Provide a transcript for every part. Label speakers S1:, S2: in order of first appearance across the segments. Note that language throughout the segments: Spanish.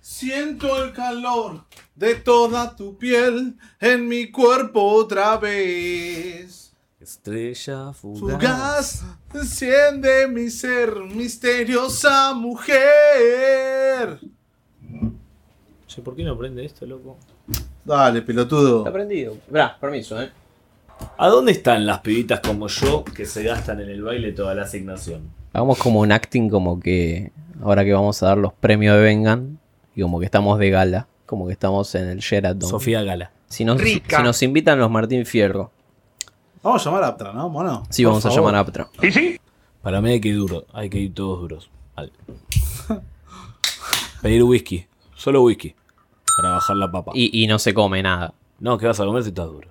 S1: Siento el calor de toda tu piel en mi cuerpo otra vez.
S2: Estrella fugaz.
S1: Fugaz, enciende mi ser, misteriosa mujer.
S2: Che, ¿por qué no prende esto, loco?
S1: Dale,
S3: Está
S1: pelotudo.
S3: prendido. Verá, permiso, ¿eh?
S2: ¿A dónde están las pibitas como yo que se gastan en el baile toda la asignación?
S3: Hagamos como un acting como que ahora que vamos a dar los premios de Vengan y como que estamos de gala, como que estamos en el Sheraton.
S2: Sofía Gala.
S3: Si nos,
S4: Rica.
S3: si nos invitan los Martín Fierro,
S1: Vamos a llamar a Aptra, ¿no, mono?
S3: sí
S1: Por
S3: vamos a
S1: favor.
S3: llamar a Aptra.
S2: Para mí hay que ir duro, hay que ir todos duros. Al- Pedir whisky, solo whisky, para bajar la papa.
S3: Y, y no se come nada.
S2: No, que vas a comer si estás duro.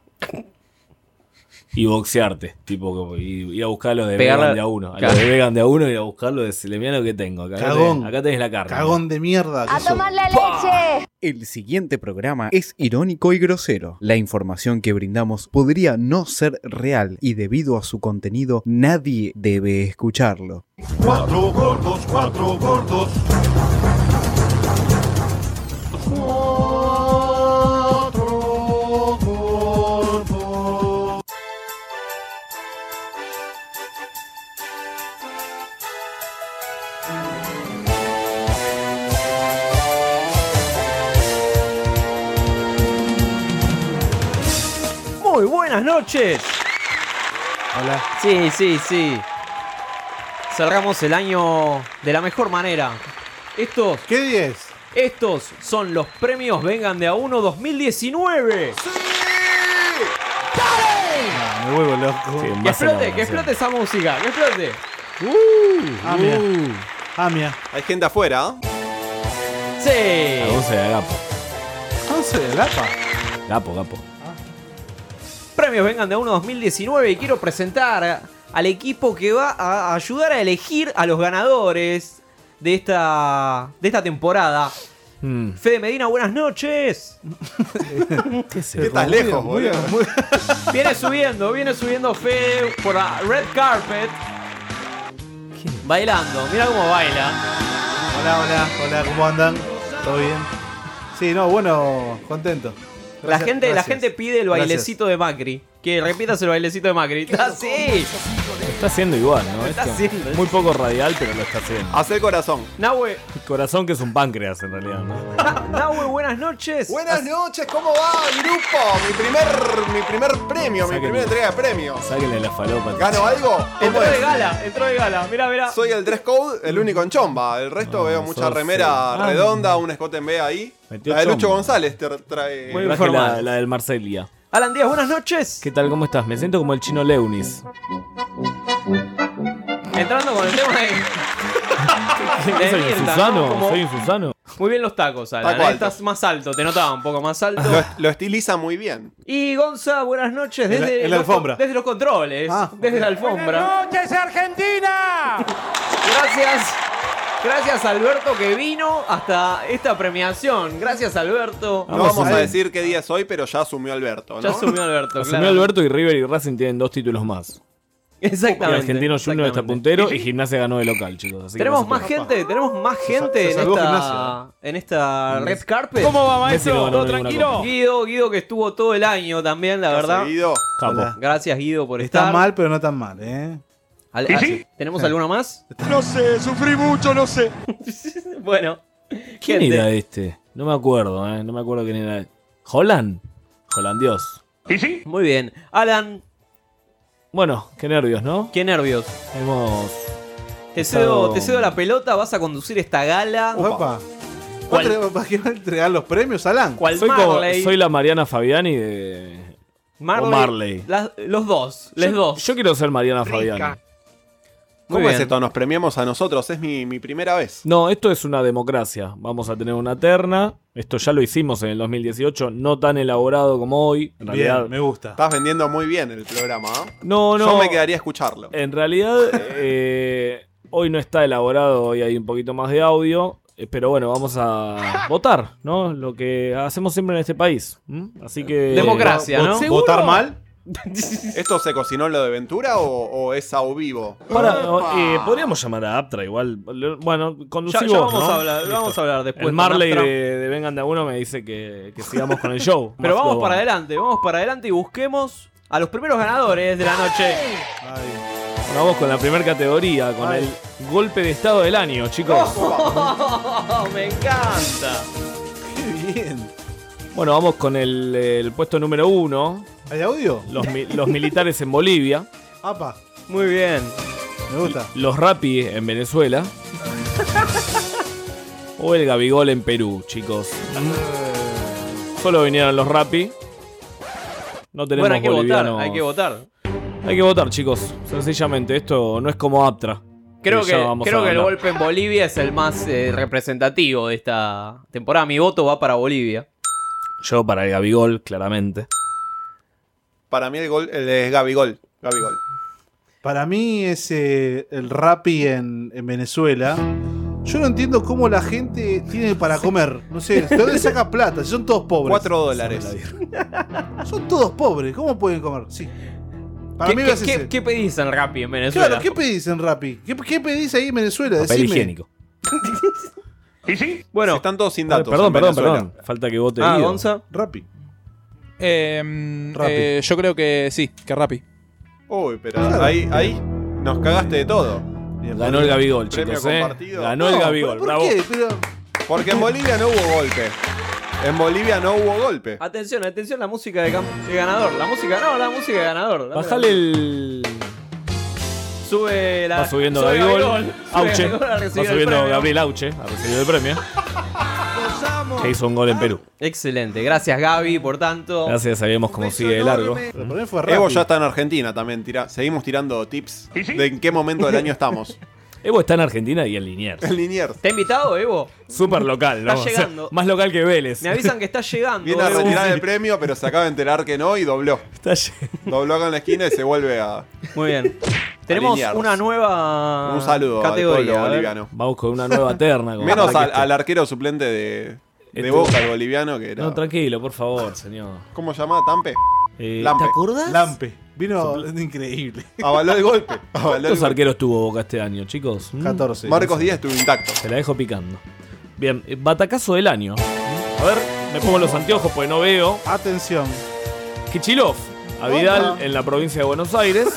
S2: Y boxearte, tipo, como y- ir a buscar a los de
S3: Pegarla-
S2: vegan de a uno. A los
S3: Claro.
S2: de vegan de a uno, ir a buscar los de selemiano que tengo. Acá,
S1: Cagón.
S2: Tenés, acá tenés la carne.
S1: Cagón de mierda. que
S5: ¡A
S1: sos.
S5: tomar la leche!
S6: El siguiente programa es irónico y grosero. La información que brindamos podría no ser real y debido a su contenido nadie debe escucharlo.
S7: Cuatro gordos, cuatro gordos.
S3: Muy buenas noches.
S6: Hola.
S3: Sí, sí, sí. Cerramos el año de la mejor manera. Estos,
S1: ¿Qué 10?
S3: estos son los premios Vengan de a uno 2019.
S1: Ah, me vuelvo loco.
S2: Sí, en base a
S3: Que
S2: la
S3: explote, que
S2: donación.
S3: explote esa música, que explote.
S1: Ah, mira. Ah, mira.
S8: Hay gente afuera. ¿eh?
S2: A
S3: Sí.
S2: 11 de Gapo.
S1: Once de Lapa.
S2: Gapo, Gapo.
S3: Premios Vengan de a uno 2019 y quiero presentar a- al equipo que va a ayudar a elegir a los ganadores de esta, de esta temporada. Fede Medina, buenas noches.
S8: ¿Qué estás lejos, boludo?
S3: Viene subiendo, viene subiendo Fede por la red carpet. Bailando, mira cómo baila.
S1: Hola, hola, hola, ¿cómo andan? ¿Todo bien? Sí, no, bueno, contento.
S3: La
S1: Gracias,
S3: gente, la
S1: gracias.
S3: gente pide el
S1: Gracias.
S3: bailecito de Macri. Que repitas el bailecito de Macri. ¡Ah, sí!
S2: Está haciendo igual, ¿no?
S3: Está
S2: Esto.
S3: haciendo. ¿eh?
S2: Muy poco radial, pero lo está haciendo.
S8: Haz el corazón.
S3: Nahue,
S2: Corazón que es un páncreas en realidad, ¿no?
S3: Nahue, buenas noches.
S8: Buenas noches, ¿cómo va, grupo? Mi primer, mi primer premio, mi
S2: Sáquenme.
S8: primera entrega de premios.
S2: Sáquenle la falopa.
S8: ¿Gano algo?
S3: Entró
S8: ¿Cómo
S3: de
S8: es?
S3: gala, entró de gala. Mira, mira.
S8: Soy el dress code, el único en chomba. El resto veo mucha
S2: Ah, sos
S8: remera
S2: el- Ah,
S8: redonda, un escote en B ahí.
S2: Metió
S8: La de Lucho
S2: chomba.
S8: González te trae.
S3: Muy
S2: Traje la,
S3: informal.
S2: la del Marcelia.
S3: Alan Díaz, buenas noches.
S2: ¿Qué tal? ¿Cómo estás? Me siento como el chino Leunis.
S3: Entrando con el tema de. de
S2: soy un
S3: Mirta,
S2: Susano?
S3: ¿no? Como-
S2: ¿Soy un Susano?
S3: Muy bien los tacos, Alan. ¿eh?
S8: Taco alto.
S3: Estás más alto, te notaba un poco más alto.
S8: Lo, lo estiliza muy bien.
S3: Y Gonza, buenas noches
S1: En la-
S3: desde,
S1: en la
S3: los-
S1: alfombra.
S3: desde los controles,
S1: Ah.
S3: desde la alfombra.
S4: ¡Noches, Argentina!
S3: Gracias. Gracias Alberto que vino hasta esta premiación. Gracias Alberto.
S8: No
S2: Ah, Vamos
S8: vamos
S2: a
S8: a
S2: ver.
S8: decir qué día es hoy, pero ya asumió Alberto, Ah, ¿no?
S3: Ya subió Alberto,
S2: Asumió
S3: claro.
S2: Alberto y River y Racing tienen dos títulos más. Y
S3: Exactamente.
S2: Argentino Junior está
S3: exactamente.
S2: puntero y Gimnasia ganó de local, chicos. así que
S3: Tenemos
S2: no
S3: más
S2: se
S3: gente, tenemos más gente
S1: se
S3: en
S1: salvó
S3: esta,
S1: Gimnasia.
S3: en esta red carpet.
S4: ¿Cómo va,
S2: Messi
S4: maestro?
S2: no ganó
S4: ¿Todo
S2: ninguna
S4: tranquilo?
S2: copa.
S3: Guido, Guido que estuvo todo el año también, la
S8: Ya
S3: verdad.
S8: seguido.
S2: preocupen.
S1: Hola.
S2: Capo.
S3: Gracias Guido por estar.
S1: Está mal, pero no tan mal, ¿eh?
S3: Al- ah, ¿Tenemos alguna más?
S7: No sé, sufrí mucho, no sé.
S3: bueno.
S2: ¿Quién
S3: gente.
S2: era este? No me acuerdo, ¿eh? No me acuerdo quién era. ¿Holland? Holland Dios.
S3: Muy bien. Alan,
S2: Bueno, qué nervios, ¿no?
S3: qué nervios.
S2: Hemos...
S3: Te cedo,
S2: Estado-
S3: te cedo la pelota, vas a conducir esta gala.
S1: Opa.
S3: ¿Cuál?
S1: ¿Para ¿Para qué va a entregar los premios, Alan?
S3: Cual
S2: Soy, como-
S3: Marley.
S2: soy la Mariana Fabiani de...
S3: Marley.
S2: o Marley.
S3: Las- los dos, les
S2: yo,
S3: dos.
S2: Yo quiero ser Mariana Fabiani.
S3: Muy
S8: ¿Cómo es
S3: bien.
S8: esto? Nos premiamos a nosotros, es mi, mi primera vez.
S2: No, esto es una democracia. Vamos a tener una terna. Esto ya lo hicimos en el 2018, no tan elaborado como hoy. En realidad,
S1: Bien, me gusta.
S8: Estás vendiendo muy bien el programa, ¿eh?
S2: No, no.
S8: Yo me quedaría a escucharlo.
S2: En realidad, eh, hoy no está elaborado, hoy hay un poquito más de audio. eh, Pero bueno, vamos a votar, ¿no? Lo que hacemos siempre en este país. ¿m? Así que.
S3: Democracia, ¿no?
S1: ¿Votar mal?
S8: ¿Esto se cocinó en lo de Ventura o, o es a o vivo?
S2: Para, o-
S1: ¡Epa!
S2: eh, podríamos llamar a Aptra igual. Le- Bueno,
S3: Ya,
S2: conducí
S3: ya
S2: vos,
S3: vamos,
S2: ¿no?
S3: a hablar,
S2: Listo.
S3: vamos a hablar después.
S2: El
S3: con
S2: Marley
S3: Astra.
S2: de, de Vengan de a Uno me dice que, que sigamos con el show.
S3: Pero
S2: Más
S3: vamos
S2: Lobo.
S3: para adelante, vamos para adelante y busquemos a los primeros ganadores de la noche.
S1: Ay,
S2: Vamos con la primera categoría, con
S1: Ay.
S2: el golpe de estado del año, chicos.
S3: Oh, me encanta.
S1: qué bien.
S2: Bueno, vamos con el, el puesto número uno,
S1: ¿Hay audio?
S2: los, mi- los militares en Bolivia,
S1: Apa,
S3: Muy bien.
S1: me gusta.
S2: los rapi en Venezuela o el Gabigol en Perú, chicos. Solo vinieron los rapi. No tenemos
S3: Bueno, hay que
S2: bolivianos.
S3: votar, hay que votar.
S2: Hay que votar, chicos. Sencillamente, esto no es como Aptra.
S3: Creo
S2: ya
S3: que,
S2: vamos a
S3: creo que el
S2: ganar.
S3: golpe en Bolivia es el más eh, representativo de esta temporada. Mi voto va para Bolivia.
S2: Yo para el Gabigol, claramente.
S8: Para mí el, gol, el es Gabigol. Gabigol.
S1: Para mí es eh, el Rappi en, en Venezuela. Yo no entiendo cómo la gente tiene para comer. No sé, ¿de dónde saca plata? Si son todos pobres.
S8: Cuatro dólares.
S1: Son todos pobres. ¿Cómo pueden comer? Sí. Para
S3: ¿Qué,
S1: mí
S3: qué-
S1: es
S3: qué-
S1: ese.
S3: qué pedís en Rappi en Venezuela?
S1: claro, ¿qué pedís en Rappi? ¿Qué, qué pedís ahí en Venezuela?
S2: Papel
S1: Decime.
S2: higiénico.
S8: Bueno,
S3: Bueno,
S8: están todos sin datos.
S2: perdón,
S8: en
S2: perdón,
S8: Venezuela.
S2: perdón. Falta que vote
S3: ah,
S2: Guido.
S3: Gonza.
S1: Rappi.
S5: Eh, mm,
S1: Rappi.
S5: eh, yo creo que sí, que Rappi.
S8: Uy, pero
S1: Claro.
S8: ahí, ahí nos cagaste de todo.
S2: Ganó el Gabigol,
S8: Premio
S2: chicos, eh.
S8: compartido.
S2: Ganó el
S1: No, ¿pero
S2: Gabigol,
S1: ¿Por
S2: bravo.
S1: qué? Pero-
S8: Porque en Bolivia no hubo golpe. En Bolivia no hubo golpe.
S3: Atención, atención la música de, cam- de ganador. La música, no, la música de ganador. Dame-
S2: Bajale el.
S3: Sube la.
S2: Va subiendo
S3: sube
S2: Gabigol.
S3: Sube
S2: Auche.
S3: Gabigol a
S2: Va
S3: recibir el
S2: subiendo
S3: premio.
S2: Gabriel Auche. Ha recibido el premio. Que hizo un gol en Perú.
S3: Excelente, gracias Gaby, por tanto.
S2: Gracias, sabíamos cómo sigue de largo.
S1: pero para mí fue Rappi.
S8: Evo ya está en Argentina también. tira- seguimos tirando tips de en qué momento del año estamos.
S2: Evo está Eh, en Argentina y en Liniers.
S8: En Liniers.
S3: ¿Te ha invitado, Evo?
S2: Súper local, ¿no?
S3: Está
S2: O sea,
S3: llegando.
S2: más local que Vélez.
S3: Me avisan que está llegando.
S8: Viene a
S3: Evo.
S8: retirar el premio, pero se acaba de enterar que no y dobló.
S2: Está lle-
S8: Dobló acá en la esquina y se vuelve a.
S3: Muy bien. Tenemos
S8: Alineados.
S3: una nueva
S8: Un saludo al
S3: Ah, categoría.
S8: pueblo
S3: a ver.
S8: boliviano.
S2: Vamos con una nueva terna. como
S8: Menos
S2: para
S8: al,
S2: que esté.
S8: al arquero suplente de, de
S2: Este-
S8: Boca, el boliviano, que era.
S2: No, tranquilo, por favor, señor.
S8: ¿Cómo se llamaba? ¿Tampe?
S2: Eh,
S8: Lampe.
S3: acordás?
S1: Lampe. Vino increíble.
S8: Avaló el golpe. Avaló el
S2: ¿Cuántos
S8: golpe.
S2: arqueros tuvo Boca este año, chicos? Mm,
S1: 14.
S8: Marcos Díaz estuvo intacto.
S2: Te la dejo picando. Bien, eh, batacazo del año. A ver, me pongo los anteojos porque no veo.
S1: Atención.
S2: Kichilov a Vidal
S1: Opa.
S2: en la provincia de Buenos Aires.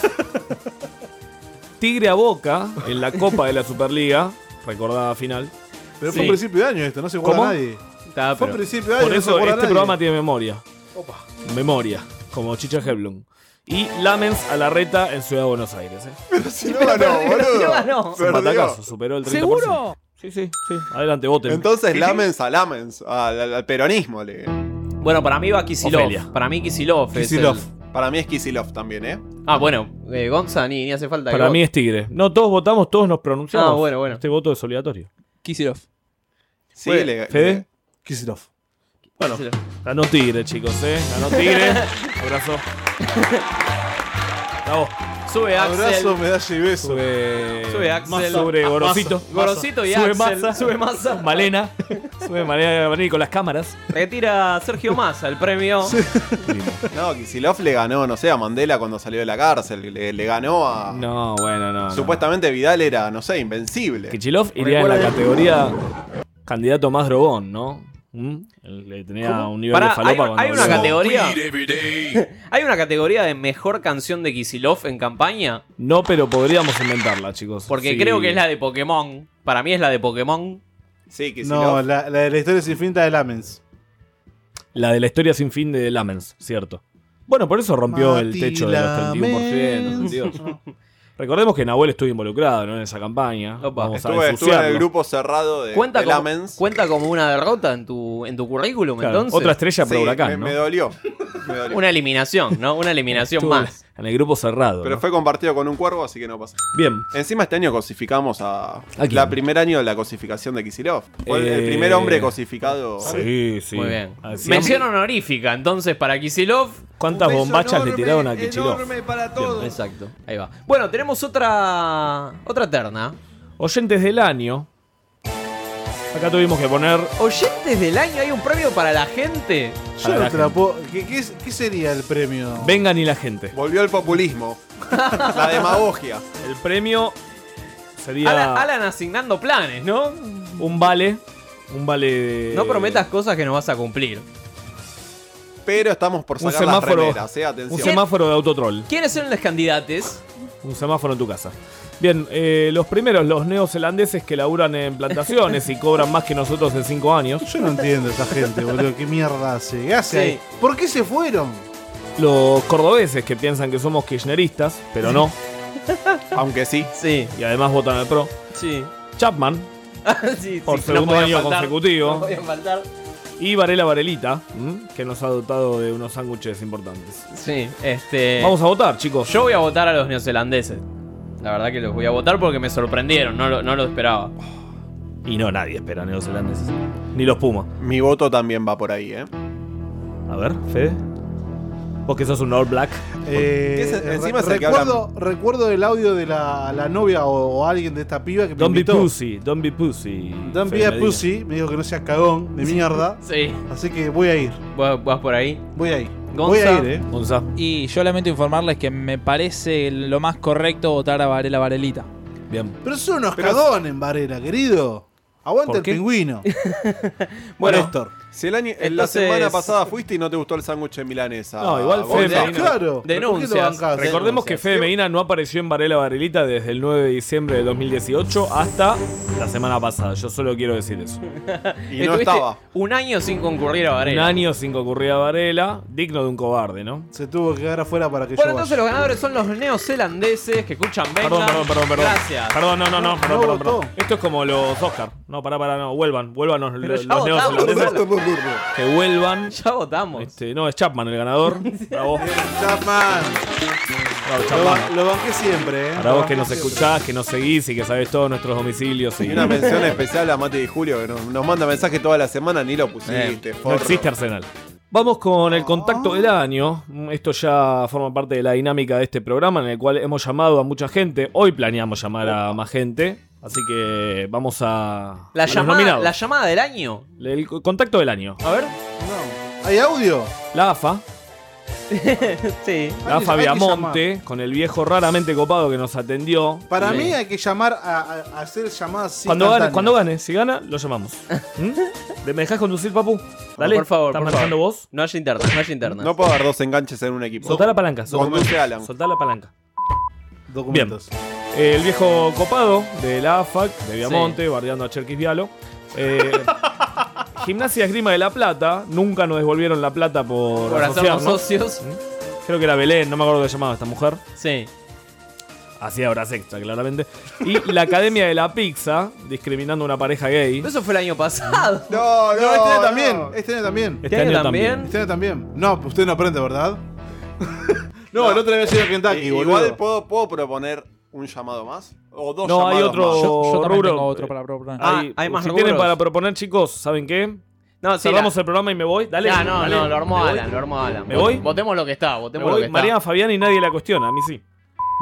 S2: Tigre a Boca en la Copa de la Superliga, recordada final.
S1: Pero
S3: Sí.
S1: fue un principio de año esto, no se guarda
S2: ¿Cómo?
S1: nadie.
S3: Está,
S1: Fue
S3: pero-
S1: un principio de año.
S2: Por
S1: no se
S2: eso
S1: guarda
S2: este
S1: nadie.
S2: programa tiene memoria.
S1: Opa.
S2: Memoria, como Chicha Heblum. Y Lamens a la reta en Ciudad de Buenos Aires. ¿eh?
S8: Si no ganó, boludo.
S3: ganó.
S2: Un
S8: Perdió.
S2: batacazo, superó el 30%.
S5: ¿Seguro?
S2: Sí, sí, sí. Adelante, voten.
S8: Entonces, Lamens a Lamens, al, al- al peronismo. Le...
S3: Bueno, para mí va Kisilov.
S2: Ofelia.
S3: Para mí Kisilov. es
S1: Kisilov.
S3: el-
S8: Para mí es Kisilov también, ¿eh?
S3: Ah, bueno, eh, Gonza ni, ni hace falta. que
S2: Para
S3: vote.
S2: mí es Tigre. No, todos votamos, todos nos pronunciamos.
S3: Ah, bueno, bueno.
S2: Este voto es obligatorio.
S5: Kisilov.
S8: Sí,
S3: Bueno,
S8: le,
S2: Fede.
S8: le-
S1: Kisilov.
S2: Bueno,
S3: Kisilov.
S2: ganó Tigre, chicos, ¿eh? Ganó Tigre. Abrazo. Bravo.
S3: Sube Axel.
S1: Abrazo, medalla y beso.
S2: Sube,
S3: Sube Axel. Ah,
S2: Massa. Sube Gorosito.
S3: Gorosito y
S2: sube
S3: Axel.
S2: Massa.
S3: Sube Massa.
S2: Malena. Sube Malena venir con las cámaras.
S3: Retira a Sergio Massa el premio.
S8: No, Kisilov le ganó, no sé, a Mandela cuando salió de la cárcel. Le, le ganó a.
S2: No, bueno, no. no.
S8: Supuestamente Vidal era, no sé, invencible.
S2: Kichilov iría en la categoría candidato más drogón, ¿no? ¿Mm? Le tenía un nivel
S3: Pará,
S2: de
S3: hay,
S2: falopa cuando
S3: hay una
S2: volvió.
S3: categoría. hay una categoría de mejor canción de Kisilov en campaña.
S2: No, pero podríamos inventarla, chicos.
S3: Porque
S2: Sí.
S3: creo que es la de Pokémon. Para mí es la de Pokémon.
S8: Sí, Kisilov.
S1: No, la, la de la historia es infinita de Lamens.
S2: La de la historia sin fin de Lamens, cierto. Bueno, por eso rompió el
S1: Mati
S2: techo de los 31%.
S1: Lamens.
S2: 32. Recordemos que Nahuel estuvo involucado ¿no? en esa campaña.
S3: Opa.
S2: Vamos a
S8: estuve, estuve en el
S2: ensuciarlo.
S8: grupo cerrado de,
S3: Cuenta
S8: de
S3: como,
S8: Lamens.
S3: cuenta como una derrota en tu, en tu currículum,
S2: Claro,
S3: entonces.
S2: Otra estrella para
S8: Sí,
S2: Huracán,
S8: me,
S2: ¿no?
S8: me dolió. Me dolió.
S3: Una eliminación, ¿no? Una eliminación
S2: Estuvo
S3: más.
S2: En el grupo cerrado.
S8: Pero
S2: ¿no?
S8: fue compartido con un cuervo, así que no pasa.
S2: Bien.
S8: Encima este año cosificamos a.
S2: quién?
S8: la primer año de la cosificación de Kisilov. Fue el- el
S2: Eh,
S8: primer hombre cosificado.
S2: Sí, sí.
S3: Muy bien.
S2: Así-
S3: Mención honorífica, entonces, para Kisilov.
S2: ¿Cuántas bombachas le tiraron a Kichilov?
S3: Exacto, ahí va. Bueno, tenemos otra otra terna.
S2: Oyentes del año. Acá tuvimos que poner.
S3: Oyentes del año, hay un premio para la gente.
S1: Yo
S2: Para
S1: no
S2: la
S1: te la
S2: gente.
S1: puedo- ¿Qué, qué es- qué sería el premio?
S2: Vengan y la gente.
S8: Volvió el populismo. La demagogia.
S2: El premio sería
S3: Alan, Alan asignando planes, ¿no?
S2: un vale. Un vale de.
S3: No prometas cosas que no vas a cumplir.
S8: Pero estamos por
S2: Un
S8: sacar las
S2: semáforo.
S8: remeras, eh,
S2: un
S8: atención.
S2: semáforo de autotrol.
S3: ¿Quiénes son los candidatos?
S2: Un semáforo en tu casa. Bien, eh, los primeros, los neozelandeses que laburan en plantaciones y cobran más que nosotros en 5 años.
S1: Yo no entiendo a esa gente, boludo. ¿Qué mierda hace? ¿Qué hace?
S3: Sí.
S1: ahí? ¿Por qué se fueron?
S2: Los cordobeses que piensan que somos kirchneristas, pero no,
S8: Aunque sí.
S3: Sí,
S2: y además votan al PRO.
S3: sí.
S2: Chapman,
S3: Sí,
S2: Por
S3: sí,
S2: segundo
S3: podía
S2: año
S3: faltar.
S2: consecutivo.
S3: No podía faltar.
S2: y Varela Varelita, ¿m? que nos ha dotado de unos sándwiches importantes.
S3: Sí, este.
S2: Vamos a votar, chicos.
S3: Yo voy a votar a los neozelandeses. La verdad que los voy a votar porque me sorprendieron, no lo, no lo esperaba.
S2: Y no, nadie espera neozelandeses. Ni los Pumas.
S8: Mi voto también va por ahí, ¿eh?
S2: A ver, Fede. Vos que sos un All Black.
S1: Eh,
S8: es-
S1: re-
S8: encima es el que
S1: recuerdo, recuerdo el audio de la, la novia o, o alguien de esta piba que me
S2: Don't be
S1: invitó.
S2: pussy, don't be pussy.
S1: Don't
S2: Fede
S1: be a
S2: Medina.
S1: pussy. Me dijo que no seas cagón de mierda.
S3: Sí,
S1: Así que voy a ir.
S3: vas, vas por ahí.
S1: Voy a ir.
S3: Gonza.
S1: Voy a ir, eh.
S2: Gonza.
S5: Y yo lamento informarles que me parece lo más correcto votar a Varela Varelita.
S2: Bien.
S1: Pero son unos
S8: Pero-
S1: cagones en Varela, querido. Aguanta
S2: ¿Por
S1: el
S2: qué?
S1: pingüino.
S3: Bueno,
S1: bueno, Néstor.
S8: Si el año, en
S3: Entonces-
S8: la semana pasada fuiste y no te gustó el sándwich de milanesa.
S2: No, igual
S8: Vos-
S2: Fede
S1: Bueno,
S2: Medina.
S1: claro. ¿Por
S3: Denuncias.
S1: qué lo bancás?
S2: Recordemos que Fede Medina no apareció en Varela Varelita desde el 9 de diciembre de 2018 hasta la semana pasada. Yo solo quiero decir eso.
S8: Y no
S3: estuviste
S8: estaba.
S3: Un año sin concurrir a
S2: Un
S3: Varela.
S2: año sin que ocurría Varela, digno de un cobarde, ¿no?
S1: Se tuvo que quedar afuera para que
S3: Bueno,
S1: yo
S3: entonces
S1: vaya.
S3: los ganadores son los neozelandeses que escuchan venga.
S2: Perdón, perdón, perdón, perdón.
S3: Gracias.
S2: Perdón, no, no, no, perdón, perdón,
S1: votó.
S2: perdón. Esto es como los Oscar. No, pará, pará, no. Vuelvan, vuelvan
S3: Pero
S2: los,
S3: ya
S2: los
S3: votamos.
S2: neozelandeses. Que vuelvan.
S3: Ya votamos.
S2: Este, no, es Chapman el ganador. Para vos,
S1: Chapman.
S2: Bravo,
S1: Lo,
S2: Chapman.
S1: ba- lo banqué siempre, eh.
S2: Para
S1: Lo
S2: vos que
S1: banqué
S2: nos
S1: siempre.
S2: escuchás, que nos seguís y que sabés todos nuestros domicilios. Y
S8: Y una mención especial a Mati y Julio que nos, nos manda mensaje toda la semana, ni lo pusiste.
S2: Eh, No
S8: forro.
S2: existe Arsenal. Vamos con el
S3: Ah.
S2: contacto del año. Esto ya forma parte de la dinámica de este programa en el cual hemos llamado a mucha gente. Hoy planeamos llamar a más gente. Así que vamos a.
S3: La,
S2: a los
S3: llamada,
S2: nominados.
S3: la llamada del año.
S2: El contacto del año.
S3: A ver.
S1: No. ¿Hay audio?
S2: La AFA.
S3: Sí.
S2: La
S1: Hay que-
S2: AFA
S1: hay que
S2: Viamonte. Con el viejo raramente copado que nos atendió.
S1: Para
S3: Sí.
S1: mí hay que llamar a, a- a hacer llamadas sin
S2: Cuando gane, cuando gane, si gana, lo llamamos. ¿Mm? ¿Me dejás conducir, papu? Dale,
S3: por favor,
S2: ¿Estás
S3: por
S2: manejando vos?
S3: No haya internas, no haya internas.
S8: No puedo haber dos enganches en un equipo.
S2: Soltá la palanca. Soltá,
S8: Conduce Alan.
S2: soltá la palanca.
S1: Documentos.
S2: Eh, El viejo copado de la AFAC, de Viamonte, bardeando a Cherkis Diallo. Eh, Gimnasia Esgrima de La Plata. Nunca nos devolvieron la plata por,
S3: Por hacernos
S2: asociarnos.
S3: socios.
S2: Creo que era Belén, no me acuerdo que llamaba esta mujer.
S8: ¿Mm?
S3: Sí.
S2: Hacía horas extra, claramente. Y la Academia de la Pizza, discriminando a una pareja gay.
S3: Eso fue el año pasado.
S1: No,
S8: No,
S1: este año
S8: no.
S1: también. Este año también.
S2: Este
S3: año
S2: año
S3: también.
S2: también.
S1: Este año también. No, pues usted no aprende, ¿verdad? Eh, no, el otro día sido Kentucky,
S8: I-
S1: boludo.
S8: Eh, Igual puedo, puedo proponer un llamado más. O dos
S2: No, hay
S8: llamados
S2: otro-
S8: más.
S5: Yo, yo también
S2: Rubro.
S5: tengo otro para proponer.
S3: Ah,
S2: Ahí,
S3: hay más
S2: si
S3: rubros.
S2: tienen para proponer, chicos, ¿saben qué?
S3: No, sí,
S2: Cerramos
S3: la-
S2: el programa y me voy. Dale.
S3: Ah, no,
S2: dale.
S3: no, lo armó
S2: Me voy.
S3: Alan, lo armó Alan.
S2: ¿Me
S3: Vot-
S2: voy?
S3: Votemos lo que está,
S2: Me
S3: votemos lo
S2: voy.
S3: que
S2: Mariana
S3: está.
S2: Fabián y nadie la cuestiona, a mí sí.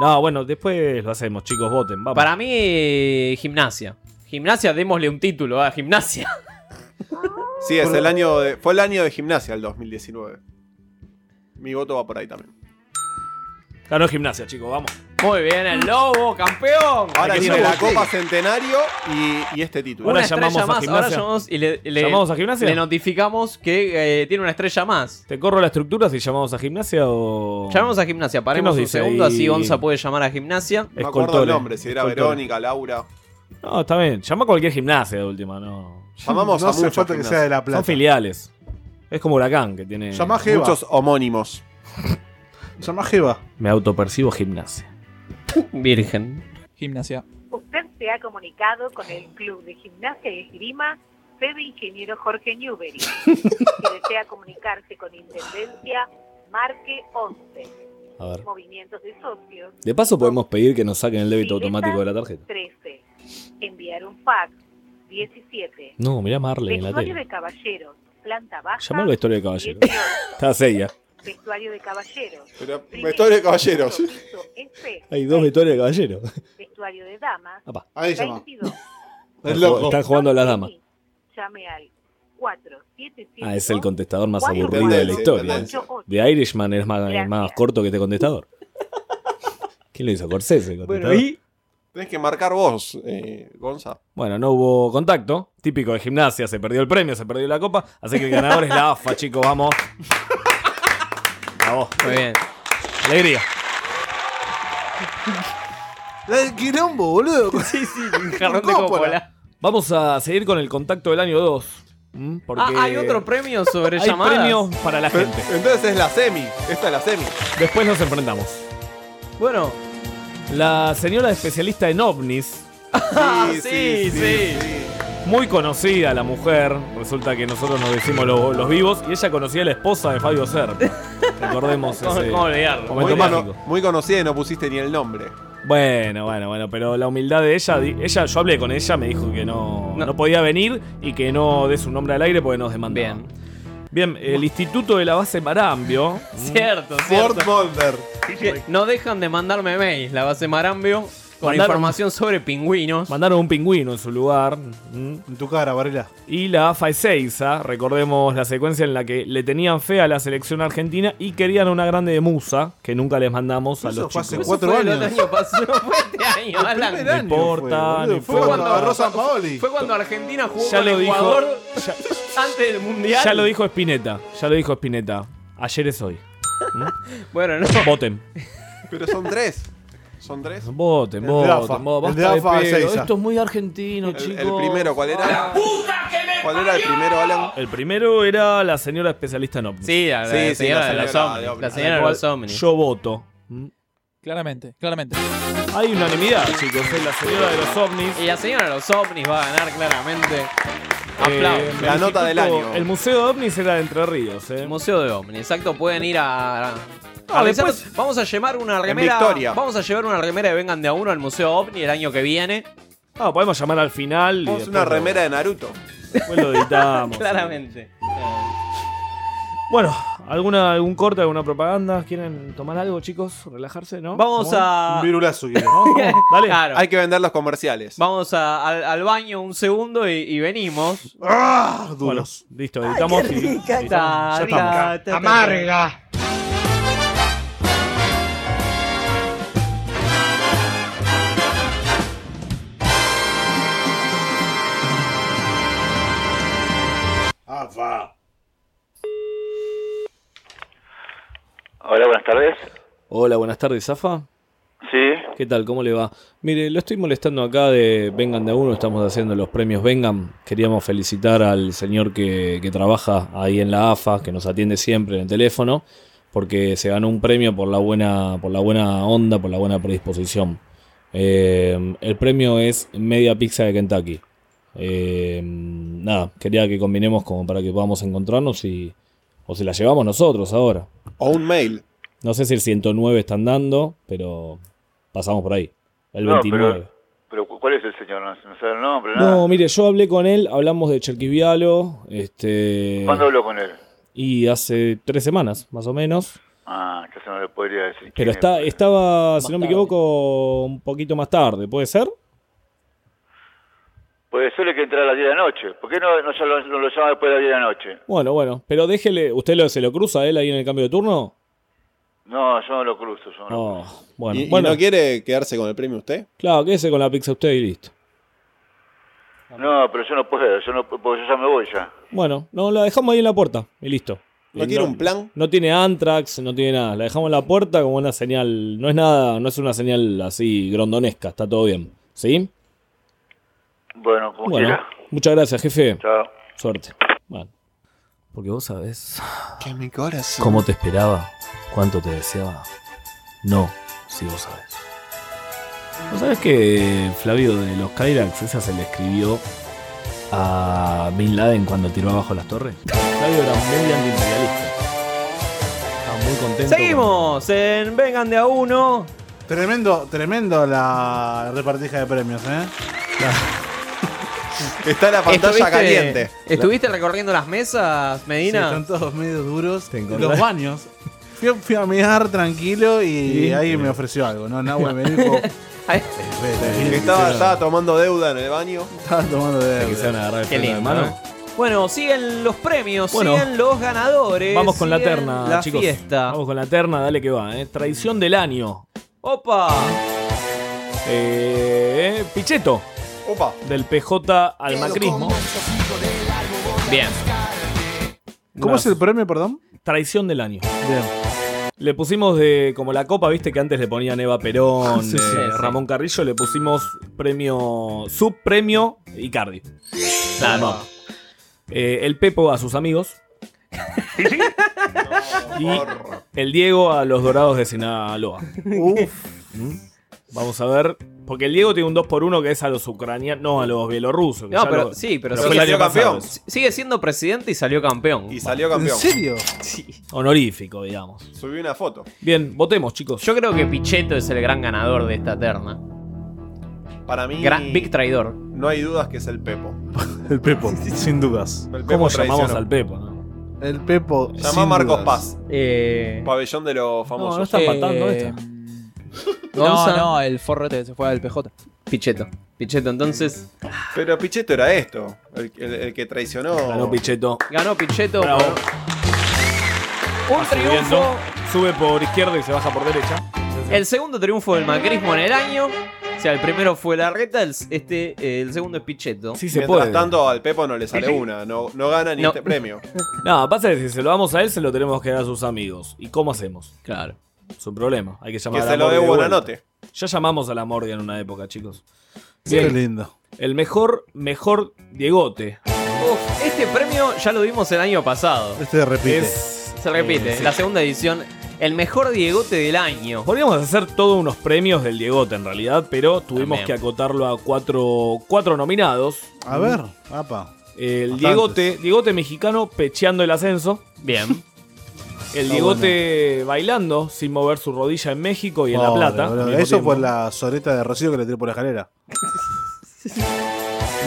S2: No, bueno, después lo hacemos, chicos, voten. Vamos.
S3: Para mí, eh, gimnasia. Gimnasia, démosle un título a gimnasia.
S8: Sí, es el año de, fue el año de gimnasia el 2019. Mi voto va por ahí también.
S2: Ganó gimnasia, chicos, vamos.
S3: Muy bien, el lobo, campeón.
S8: Ahora
S2: que
S8: tiene
S2: yo
S8: la
S1: voté.
S8: Copa Centenario y, y este título.
S2: Ahora
S3: una estrella
S2: llamamos a
S3: más, ahora
S2: Gimnasia.
S3: llamamos y le, le-
S2: ¿Llamamos a Gimnasia?
S3: le notificamos que eh, tiene una estrella más.
S2: ¿Te corro la estructura si llamamos a gimnasia o.?
S3: Llamamos a gimnasia, paremos
S2: nos
S3: un
S2: dice
S3: segundo,
S2: ahí?
S3: así Gonza puede llamar a gimnasia.
S8: No me acuerdo
S2: Escoltore.
S8: el nombre, si era
S2: Escoltore.
S8: Verónica, Laura.
S2: No, está bien. Llama a cualquier gimnasia de última, no.
S8: Llamamos
S1: no
S8: a
S1: hace
S8: muchos,
S1: falta que
S8: gimnasios.
S1: sea de la
S2: Son
S1: plata.
S2: filiales. Es como Huracán que tiene.
S1: Llamá a Jeva.
S8: muchos homónimos.
S1: Llamá a Jeva.
S2: Me autopercibo gimnasia.
S3: Virgen.
S5: Gimnasia.
S9: Usted se ha comunicado con el Club de Gimnasia y Esgrima Fede Ingeniero Jorge Newbery. Si desea comunicarse con Intendencia, marque 11.
S2: A ver.
S9: Movimientos de socios,
S2: De paso, podemos pedir que nos saquen el débito automático de la tarjeta.
S9: 13. Enviar un fax, 17.
S2: No, mirá Marley en la
S9: Vestuario
S2: tele.
S9: de caballeros, planta baja,
S2: Llamalo la historia de caballero.
S9: 18.
S2: Está seria.
S9: Vestuario de caballeros.
S8: Pero,
S9: primer
S8: vestuario de caballeros.
S9: piso, SP.
S2: Hay dos victorias de caballero.
S9: Vestuario de damas,
S2: Apa,
S1: Ahí llama.
S9: 22.
S1: El loco.
S2: Están jugando a las damas.
S9: llame al 4772
S2: Ah, es el contestador más
S9: Cuatro,
S2: aburrido de la
S8: cuatro,
S2: historia.
S8: ocho,
S9: ocho.
S2: De Irishman es más,
S9: Gracias.
S2: más corto que este contestador. ¿Quién lo hizo? Corsese,
S3: Bueno,
S2: contestador.
S3: y
S8: Tenés que marcar vos, eh, Gonza.
S2: Bueno, no hubo contacto. Típico de gimnasia, se perdió el premio, se perdió la copa. Así que el ganador es la AFA, chicos, vamos. Vamos,
S5: Muy bien.
S2: alegría.
S1: La del quilombo, boludo.
S3: sí, sí, un jarrón de
S1: Coppola.
S3: Coppola.
S2: Vamos a seguir con el contacto del año 2. ¿m? Porque
S3: Ah, hay otro premio sobre
S2: hay
S3: llamadas.
S2: premios para la gente.
S8: Entonces es la semi. Esta es la semi.
S2: Después nos enfrentamos.
S3: Bueno,
S2: La señora especialista en ovnis,
S3: Ah, sí, sí.
S2: muy conocida la mujer. Resulta que nosotros nos decimos lo- los vivos y ella conocía a la esposa de Fabio Ser. Recordemos
S3: ¿cómo,
S2: ese
S3: cómo olvidarlo?
S8: Muy,
S2: momento
S8: cono-
S2: mágico.
S8: muy conocida y no pusiste ni el nombre.
S2: Bueno, bueno, bueno, pero la humildad de ella, di- ella, yo hablé con ella, me dijo que no, no.
S3: No.
S2: podía venir y que no dé su nombre al aire porque nos demandaba.
S5: Bien.
S2: Bien, el Instituto de la Base Marambio.
S3: Mm. Cierto, cierto.
S8: Fort Mulder.
S3: Que No dejan de mandarme mails, la base Marambio, con
S2: Mandaron-
S3: información sobre pingüinos.
S2: Mandaron un pingüino en su lugar. ¿m?
S1: En tu cara, Varela.
S2: Y la AFA Ezeiza, recordemos la secuencia en la que le tenían fe a la selección argentina y querían una grande de Musa, que nunca les mandamos a
S1: Eso
S2: los
S1: fue
S2: chicos.
S1: hace
S3: Eso
S1: cuatro
S3: fue el
S1: años.
S3: otro año pasado, fue este año, Alan.
S1: Primer año
S2: importa,
S1: fue, boludo.
S2: no
S1: Fue cuando
S2: importa.
S1: agarró San Paoli.
S3: Fue cuando Argentina jugó
S2: Ya
S3: con
S2: lo dijo-
S3: Ecuador antes del Mundial.
S2: Ya lo dijo Spinetta, ya lo dijo Spinetta. Ayer es hoy.
S3: Bueno, no.
S2: Voten.
S8: Pero son tres. Son tres.
S2: Voten,
S1: El
S2: voten.
S1: de AFA.
S2: voten.
S1: El de
S2: Basta de
S1: AFA
S2: pedo.
S1: Ezeiza.
S2: Esto es muy argentino,
S8: El,
S2: chicos.
S8: el primero, ¿cuál era? ¿Cuál era el primero, Alan?
S2: El primero era la señora especialista en ovnis.
S3: Sí, la, la
S8: Sí, sí,
S3: señora
S8: la
S3: de los
S8: señora
S3: ovnis,
S8: de ovnis.
S3: La
S2: A la
S3: señora de
S2: cual
S3: los ovnis.
S2: Yo voto.
S5: Claramente, claramente.
S2: Hay unanimidad, chicos. Es la señora de los ovnis.
S3: Y la señora de los ovnis va a ganar claramente.
S2: Eh,
S3: Aplausos.
S8: La
S2: el
S8: nota del
S2: instituto-
S8: año.
S2: El Museo de Ovnis era de Entre Ríos. eh.
S3: El Museo de Omni, exacto, pueden ir a. a-
S2: Ah,
S3: a revisar-
S2: después-
S3: vamos a llevar una remera.
S8: Victoria.
S3: Vamos a llevar una remera de Vengan de a uno al Museo Omni el año que viene.
S2: Ah, podemos llamar al final. y
S8: Vos
S2: después
S8: una
S2: lo-
S8: remera de Naruto.
S2: Después lo editamos.
S3: Claramente. Eh,
S2: Bueno, ¿alguna, ¿algún corte, alguna propaganda? ¿Quieren tomar algo, chicos? ¿Relajarse, no?
S3: Vamos a.
S1: Un virulazo, quiero.
S2: Dale.
S3: Ah, Claro.
S8: Hay que vender los comerciales.
S3: Vamos a- al, al baño un segundo y, y venimos.
S1: ¡Ah!
S2: Bueno,
S1: Duros.
S2: listo, editamos y- y- ya estamos.
S3: Amarga.
S10: Hola, buenas tardes.
S2: Hola, buenas tardes, Zafa.
S10: Sí,
S2: ¿Qué tal? ¿Cómo le va? Mire, lo estoy molestando acá de Vengan de a uno, estamos haciendo los premios Vengan. Queríamos felicitar al señor que, que trabaja ahí en la AFA, que nos atiende siempre en el teléfono, porque se ganó un premio por la buena, por la buena onda, por la buena predisposición. Eh, el premio es media pizza de Kentucky. Eh, nada, quería que combinemos como para que podamos encontrarnos y. O se la llevamos nosotros ahora.
S8: O un mail.
S2: No sé si el 109 están dando, pero pasamos por ahí. El
S10: No,
S2: 29.
S10: pero cu- ¿cuál es el señor? No, no sabe el nombre, nada.
S2: No, mire, yo hablé con él, hablamos de Cherquivialo, este,
S10: ¿Cuándo habló con él?
S2: y hace tres semanas, más o menos.
S10: Ah, entonces no le podría decir. quién
S2: Pero
S10: es,
S2: está,
S10: porque-
S2: estaba, si no me
S5: tarde.
S2: equivoco, un poquito más tarde, ¿puede ser?
S10: Pues suele que entrar a las 10 de la noche. ¿Por qué no, no, ya lo, no lo llama después de las 10 de la noche?
S2: Bueno, bueno, pero déjele, ¿usted lo, se lo cruza a él ahí en el cambio de turno?
S10: No, yo no lo cruzo. Yo no lo
S2: No,
S10: cruzo.
S2: bueno,
S8: ¿Y, y
S2: bueno
S8: no quiere quedarse con el premio usted?
S2: claro, quédese con la pizza usted y listo.
S10: No, pero yo no puedo. Yo, no, porque yo ya me voy ya.
S2: Bueno, no, la dejamos ahí en la puerta y listo.
S8: ¿No
S2: Y
S8: quiere un plan?
S2: No tiene Antrax, no tiene nada. La dejamos en la puerta como una señal. No es nada, no es una señal así grondonesca, está todo bien. ¿Sí?
S10: Bueno, como
S2: Bueno,
S10: quiera.
S2: muchas gracias, jefe.
S10: Chao.
S2: Suerte. Bueno. Porque vos sabés
S8: Que mi corazón.
S2: cómo te esperaba, cuánto te deseaba. No, si vos sabés. ¿Vos sabés que Flavio de los Kyrax esa se le escribió a Bin Laden cuando tiró abajo las torres? Flavio era muy antiimperialista. Estaba muy contento. con-
S3: Seguimos en Vengan de a uno.
S1: Tremendo, tremendo la repartija de premios, ¿eh?
S8: Está la pantalla
S3: Estuviste-
S8: caliente.
S3: ¿Estuviste recorriendo las mesas,
S1: Sí,
S3: Medina?
S1: están todos medio duros.
S2: Te encontrás.
S1: Los baños. Fui, a- fui a mirar tranquilo y
S2: Sí.
S1: ahí me ofreció algo, ¿no? Nahue me dijo,
S8: Que estaba, estaba tomando deuda en el baño.
S1: Estaba tomando deuda.
S2: Que se van a agarrar el freno de mano.
S3: eh. Bueno, siguen los premios,
S2: Bueno.
S3: siguen los ganadores.
S2: Vamos con la
S3: siguen
S2: terna,
S3: la
S2: chicos.
S3: fiesta.
S2: Vamos con la terna, dale que va. ¿eh? Tradición del año.
S3: ¡Opa!
S2: Eh, Pichetto.
S8: Opa.
S2: Del PJ al macrismo. Bien.
S1: ¿Cómo es el premio, perdón?
S2: Tradición del año.
S1: Bien.
S2: Le pusimos de como la copa, viste que antes le ponían Eva Perón,
S1: Sí, sí,
S2: eh,
S1: sí.
S2: Ramón Carrillo, le pusimos premio, subpremio Icardi. Nada, no. Eh, el Pepo a sus amigos. y el Diego a los dorados de Sinaloa. ¿Mm? Vamos a ver. Porque el Diego tiene un 2x1 que es a los ucranianos, no, a los bielorrusos. que
S3: No,
S2: ya
S3: pero
S2: lo-
S3: sí, pero,
S2: fue
S3: sigue,
S2: el año
S3: siendo
S2: pasado.
S3: campeón. S- sigue siendo presidente y salió campeón.
S8: Y salió campeón.
S2: Honorífico, digamos.
S8: Subí una foto.
S2: Bien, votemos, chicos.
S3: Yo creo que Pichetto es el gran ganador de esta terna.
S8: Para mí,
S3: Gran, big traidor.
S8: no hay dudas que es el Pepo.
S1: El Pepo, sin dudas.
S8: El Pepo
S2: ¿Cómo llamamos
S8: traicionó.
S2: al Pepo? no?
S1: El Pepo.
S8: Llamá a
S1: sin
S8: Marcos
S1: dudas.
S8: Paz.
S3: Eh,
S8: Pabellón de los famosos.
S2: no está
S5: Eh,
S2: patando esta.
S5: No,
S3: Gonza.
S5: no, el forrete se fue al PJ.
S3: Pichetto. Pichetto, entonces.
S8: Pero Pichetto era esto. El, el- el que traicionó.
S2: Ganó Pichetto.
S3: Ganó Pichetto.
S2: Bravo.
S3: Un triunfo.
S2: Subiendo. Sube por izquierda y se baja por derecha.
S3: El segundo triunfo del macrismo en el año. O sea, el primero fue la reta, el, este, eh, el segundo es Pichetto.
S2: Sí se
S8: Mientras
S2: puede.
S8: tanto, al Pepo no le sale una. No, no gana ni
S3: No.
S8: este premio.
S2: No, pasa que si se lo damos a él, se lo tenemos que dar a sus amigos. ¿Y cómo hacemos? Claro. Es un problema. Hay que llamar
S8: Que
S2: a
S8: se lo dé Buenanote.
S2: Ya llamamos a la Mordia en una época, chicos.
S1: Qué
S2: Bien.
S1: lindo.
S2: El mejor, mejor Diegote.
S3: Uf, este premio ya lo vimos el año pasado.
S1: Este repite.
S2: Es-
S3: Se repite,
S2: Eh, sí.
S3: la segunda edición. El mejor Diegote del año.
S2: Podríamos hacer todos unos premios del Diegote en realidad, pero tuvimos
S3: También.
S2: que acotarlo a cuatro, cuatro nominados.
S1: A ver, apa.
S2: El
S1: Bastantes.
S2: Diegote, Diegote mexicano pecheando el ascenso.
S3: Bien.
S2: El
S1: Está
S2: Diegote bailando sin mover su rodilla en México y en La
S1: Pobre,
S2: Plata.
S1: boludo.
S2: al mismo
S1: Eso
S2: tiempo.
S1: por la soreta de Rocío que le tiró por la escalera.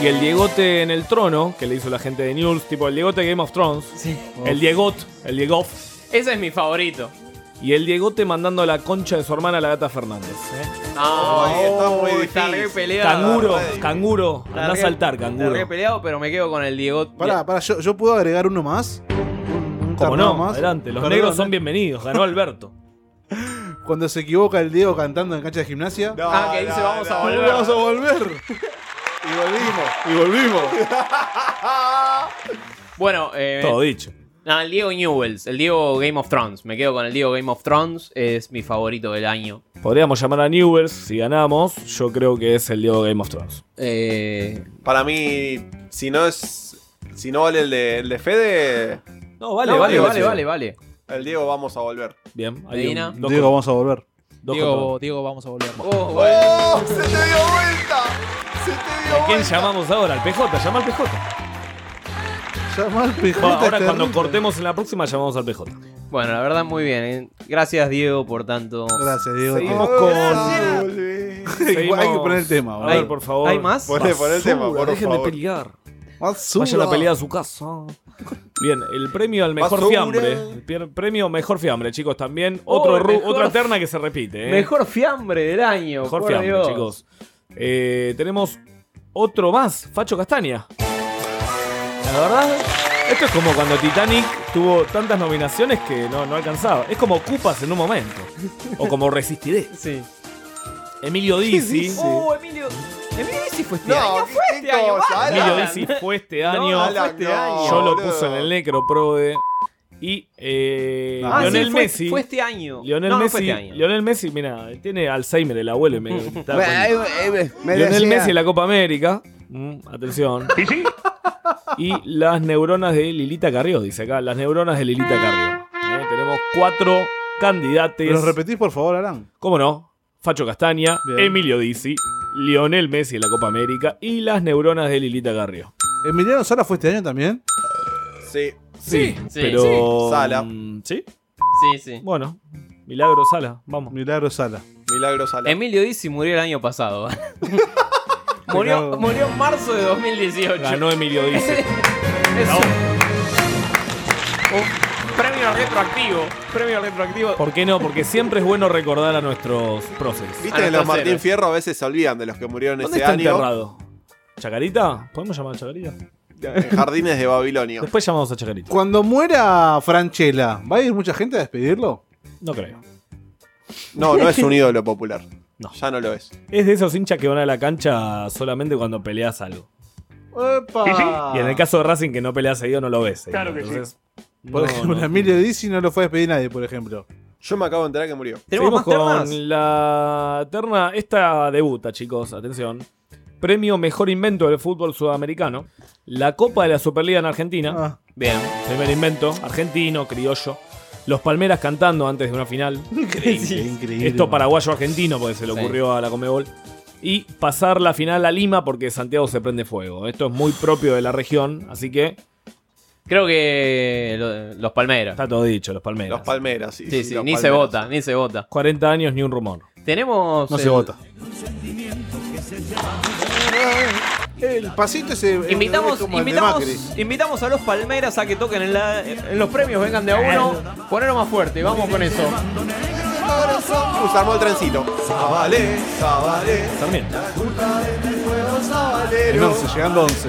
S2: Y el Diegote en el trono, que le hizo la gente de News, tipo el Diegote Game of Thrones. El Diegot, el Diegoff.
S3: Ese es mi favorito.
S2: Y el Diegote mandando la concha de su hermana a la gata Fernández. ¿eh?
S8: Ay, está muy
S3: está
S8: difícil.
S3: re peleado.
S2: Canguro,
S8: rey.
S2: canguro.
S3: Está
S2: Anda a
S3: re-
S2: saltar,
S3: Está re
S2: canguro.
S3: peleado, pero me quedo con el Diegote.
S1: Pará, pará, yo, yo puedo agregar uno más. Un- un
S2: Como
S1: ternado
S2: no, adelante. Los
S1: Perdón,
S2: negros
S1: eh.
S2: son bienvenidos. Ganó Alberto.
S1: Cuando se equivoca el Diego cantando en cancha de gimnasia.
S8: No,
S3: Ah, que dice,
S8: no,
S3: vamos
S8: no.
S3: a volver.
S1: Vamos a volver.
S8: Y volvimos.
S1: Y volvimos.
S3: Bueno, eh,
S2: Todo dicho.
S3: nada, el Diego Newells, el Diego Game of Thrones. Me quedo con el Diego Game of Thrones, es mi favorito del año.
S2: Podríamos llamar a Newell's si ganamos. Yo creo que es el Diego Game of Thrones.
S3: Eh,
S8: Para mí, si no es. Si no vale el de, el de Fede,
S2: No, vale,
S3: no,
S2: vale,
S3: vale,
S2: vale,
S3: vale, vale.
S8: el Diego vamos a volver.
S2: Bien, ahí
S3: Medina.
S2: un- dos
S1: Diego,
S2: contra-
S1: vamos a volver.
S2: dos
S5: Diego, Diego, vamos a volver.
S3: Oh, bueno.
S8: ¡Se te dio vuelta! ¡Se te
S2: contra. ¿A quién llamamos ahora? Al PJ, llama al PJ.
S1: Llama al
S2: Va,
S1: PJ
S2: ahora cuando
S1: Carlito.
S2: cortemos en la próxima llamamos al PJ.
S3: Bueno, la verdad, muy bien. eh. Gracias, Diego, por tanto.
S1: Gracias, Diego.
S2: Seguimos
S1: Te-
S2: con-
S1: Igual Hay que
S2: seguimos.
S1: poner el tema,
S2: A ver,
S1: boludo.
S2: por favor.
S3: ¿Hay más?
S8: Poné, poné el tema, por
S2: déjenme
S8: favor.
S2: pelear.
S1: Basura.
S2: Vayan a pelear a su casa. Bien, el premio al mejor
S8: Basura.
S2: fiambre. El pier- premio mejor fiambre, chicos, también. Otro
S3: Oh,
S2: ru-
S3: mejor-
S2: Otra terna que se repite. ¿eh?
S3: Mejor fiambre del año.
S2: Mejor
S3: por
S2: fiambre,
S3: Dios.
S2: chicos. Eh, tenemos otro más, Facho Castaña. La verdad, esto es como cuando Titanic tuvo tantas nominaciones que no, no alcanzaba. Es como Cupas en un momento. O como Resistiré.
S3: Sí.
S2: Emilio Dizzy.
S3: Oh, Emilio. Emilio Dizzy fue este
S8: No,
S3: año.
S8: ¿qué-
S3: Fue
S8: qué
S3: este año.
S8: cosa?
S3: basta.
S2: Emilio
S8: Alan.
S2: Dizzy fue este
S3: No,
S2: año.
S3: Alan,
S8: este
S3: no.
S8: año.
S2: Yo lo
S8: boludo.
S2: puse en el Necroprode. Y eh,
S1: Ah, sí,
S2: Lionel
S3: fue,
S2: Messi.
S3: Fue este año.
S2: Lionel
S3: no, no
S2: Messi,
S3: fue este año.
S2: Lionel Messi, mira, tiene Alzheimer el abuelo y me
S6: Ah,
S2: está poniendo.
S6: Me
S2: Lionel
S6: decía-
S2: Messi en la Copa América. Mm, atención. Y las neuronas de Lilita Carrió, dice acá. Las neuronas de Lilita Carrió. Eh, tenemos cuatro candidatos.
S1: ¿Los repetís, por favor, Alan?
S2: ¿Cómo no? Facho Castaña,
S1: Bien.
S2: Emilio Dizzy, Lionel Messi en la Copa América y las neuronas de Lilita Carrió.
S1: ¿Emiliano Sala fue este año también?
S8: Sí.
S2: Sí,
S3: sí,
S2: pero.
S8: Sala.
S2: mm, Sí,
S3: Sí, sí.
S2: bueno. Milagro Sala, vamos.
S1: Milagro Sala.
S8: Milagro Sala.
S3: Emilio Dizzy murió el año pasado. murió,
S1: cago.
S3: murió en marzo de 2018.
S2: Ganó Emilio Dice.
S3: Es un- un premio re
S5: retroactivo.
S3: Premio retroactivo.
S2: ¿Por qué no? Porque siempre es bueno recordar a nuestros profes.
S8: Viste
S3: Ah,
S8: que los Martín Fierro a veces se olvidan de los que murieron
S2: ¿Dónde
S8: ese
S2: está
S8: año.
S2: enterrado? ¿Chacarita? ¿Podemos llamar a Chacarita?
S8: En Jardines de Babilonia.
S2: Después llamamos a Chacarita.
S1: Cuando muera Franchella, ¿va a ir mucha gente a despedirlo?
S2: No creo.
S8: No, no es un ídolo popular.
S2: No.
S8: Ya no lo es.
S2: Es de esos hinchas que van a la cancha solamente cuando peleas algo.
S1: ¡Epa!
S2: Y en
S8: Ah.
S2: el caso de Racing que no pelea seguido no lo ves. seguido.
S1: Claro que sí.
S2: Entonces,
S1: Por
S2: no,
S1: ejemplo,
S2: no.
S1: Emilio Dizzi no lo fue a despedir nadie, por ejemplo.
S8: Yo me acabo de enterar que murió.
S2: Seguimos con la terna. Esta debuta, chicos, atención. Premio Mejor Invento del Fútbol Sudamericano. La Copa de la Superliga en
S8: Ah.
S2: Argentina.
S1: Ah,
S2: Bien, primer invento. Argentino, criollo. Los Palmeras cantando antes de una final.
S1: Increíble, increíble.
S2: Esto paraguayo-argentino, porque se le
S1: Sí.
S2: ocurrió a la Comebol. Y pasar la final a Lima porque Santiago se prende fuego. Esto es muy propio de la región, así que.
S3: Creo que lo- los Palmeras.
S2: Está todo dicho, los Palmeras.
S8: Los Palmeras, sí.
S3: Sí, sí,
S8: los
S3: ni se
S8: Palmeras.
S3: vota, ni se vota.
S2: 40 años ni un rumor.
S3: Tenemos.
S2: No se
S3: el-
S2: vota.
S1: El pasito ese. el-
S3: Invitamos,
S1: es como el de
S3: invitamos,
S1: Macri.
S3: invitamos a los Palmeras a que toquen en, la- en los premios, vengan de a uno. Ponerlo más fuerte, vamos con eso.
S8: Uh, se armó el trencito. Sabalé, sabalé.
S2: Sarmiento.
S1: El 11, llegando 11.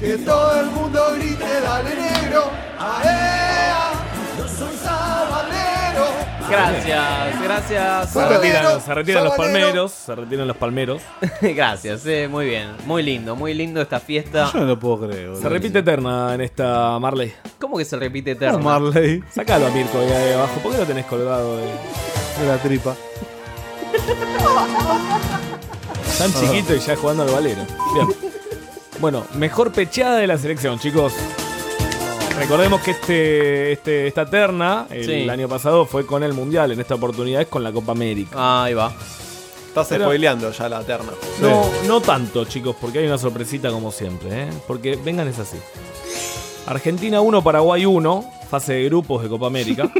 S7: Que todo el mundo grite, dale negro. ¡Aea! Yo soy sabanero.
S3: Gracias, gracias.
S2: Se retiran, se retiran los
S7: Sabalero.
S2: palmeros. Se retiran los palmeros.
S3: gracias, eh, muy bien. Muy lindo, muy lindo esta fiesta.
S1: Yo no lo puedo creer.
S2: Se
S1: boludo.
S2: repite eterna en esta Marley.
S3: ¿Cómo que se repite eterno?
S1: Marley.
S2: Sácalo a Mirko de ahí abajo. ¿Por qué lo tenés colgado de,
S1: la tripa?
S2: Tan chiquito y ya jugando al valero. Bien. Bueno, mejor pecheada de la selección, chicos. Recordemos que este, este- esta terna el
S3: Sí.
S2: año pasado fue con el Mundial, en esta oportunidad es con la Copa América.
S3: Ah, Ahí va.
S8: Estás
S2: Pero-
S8: spoileando ya la terna.
S2: No, no tanto, chicos, porque hay una sorpresita como siempre, ¿eh? Porque vengan es así. Argentina 1, Paraguay 1, fase de grupos de Copa América.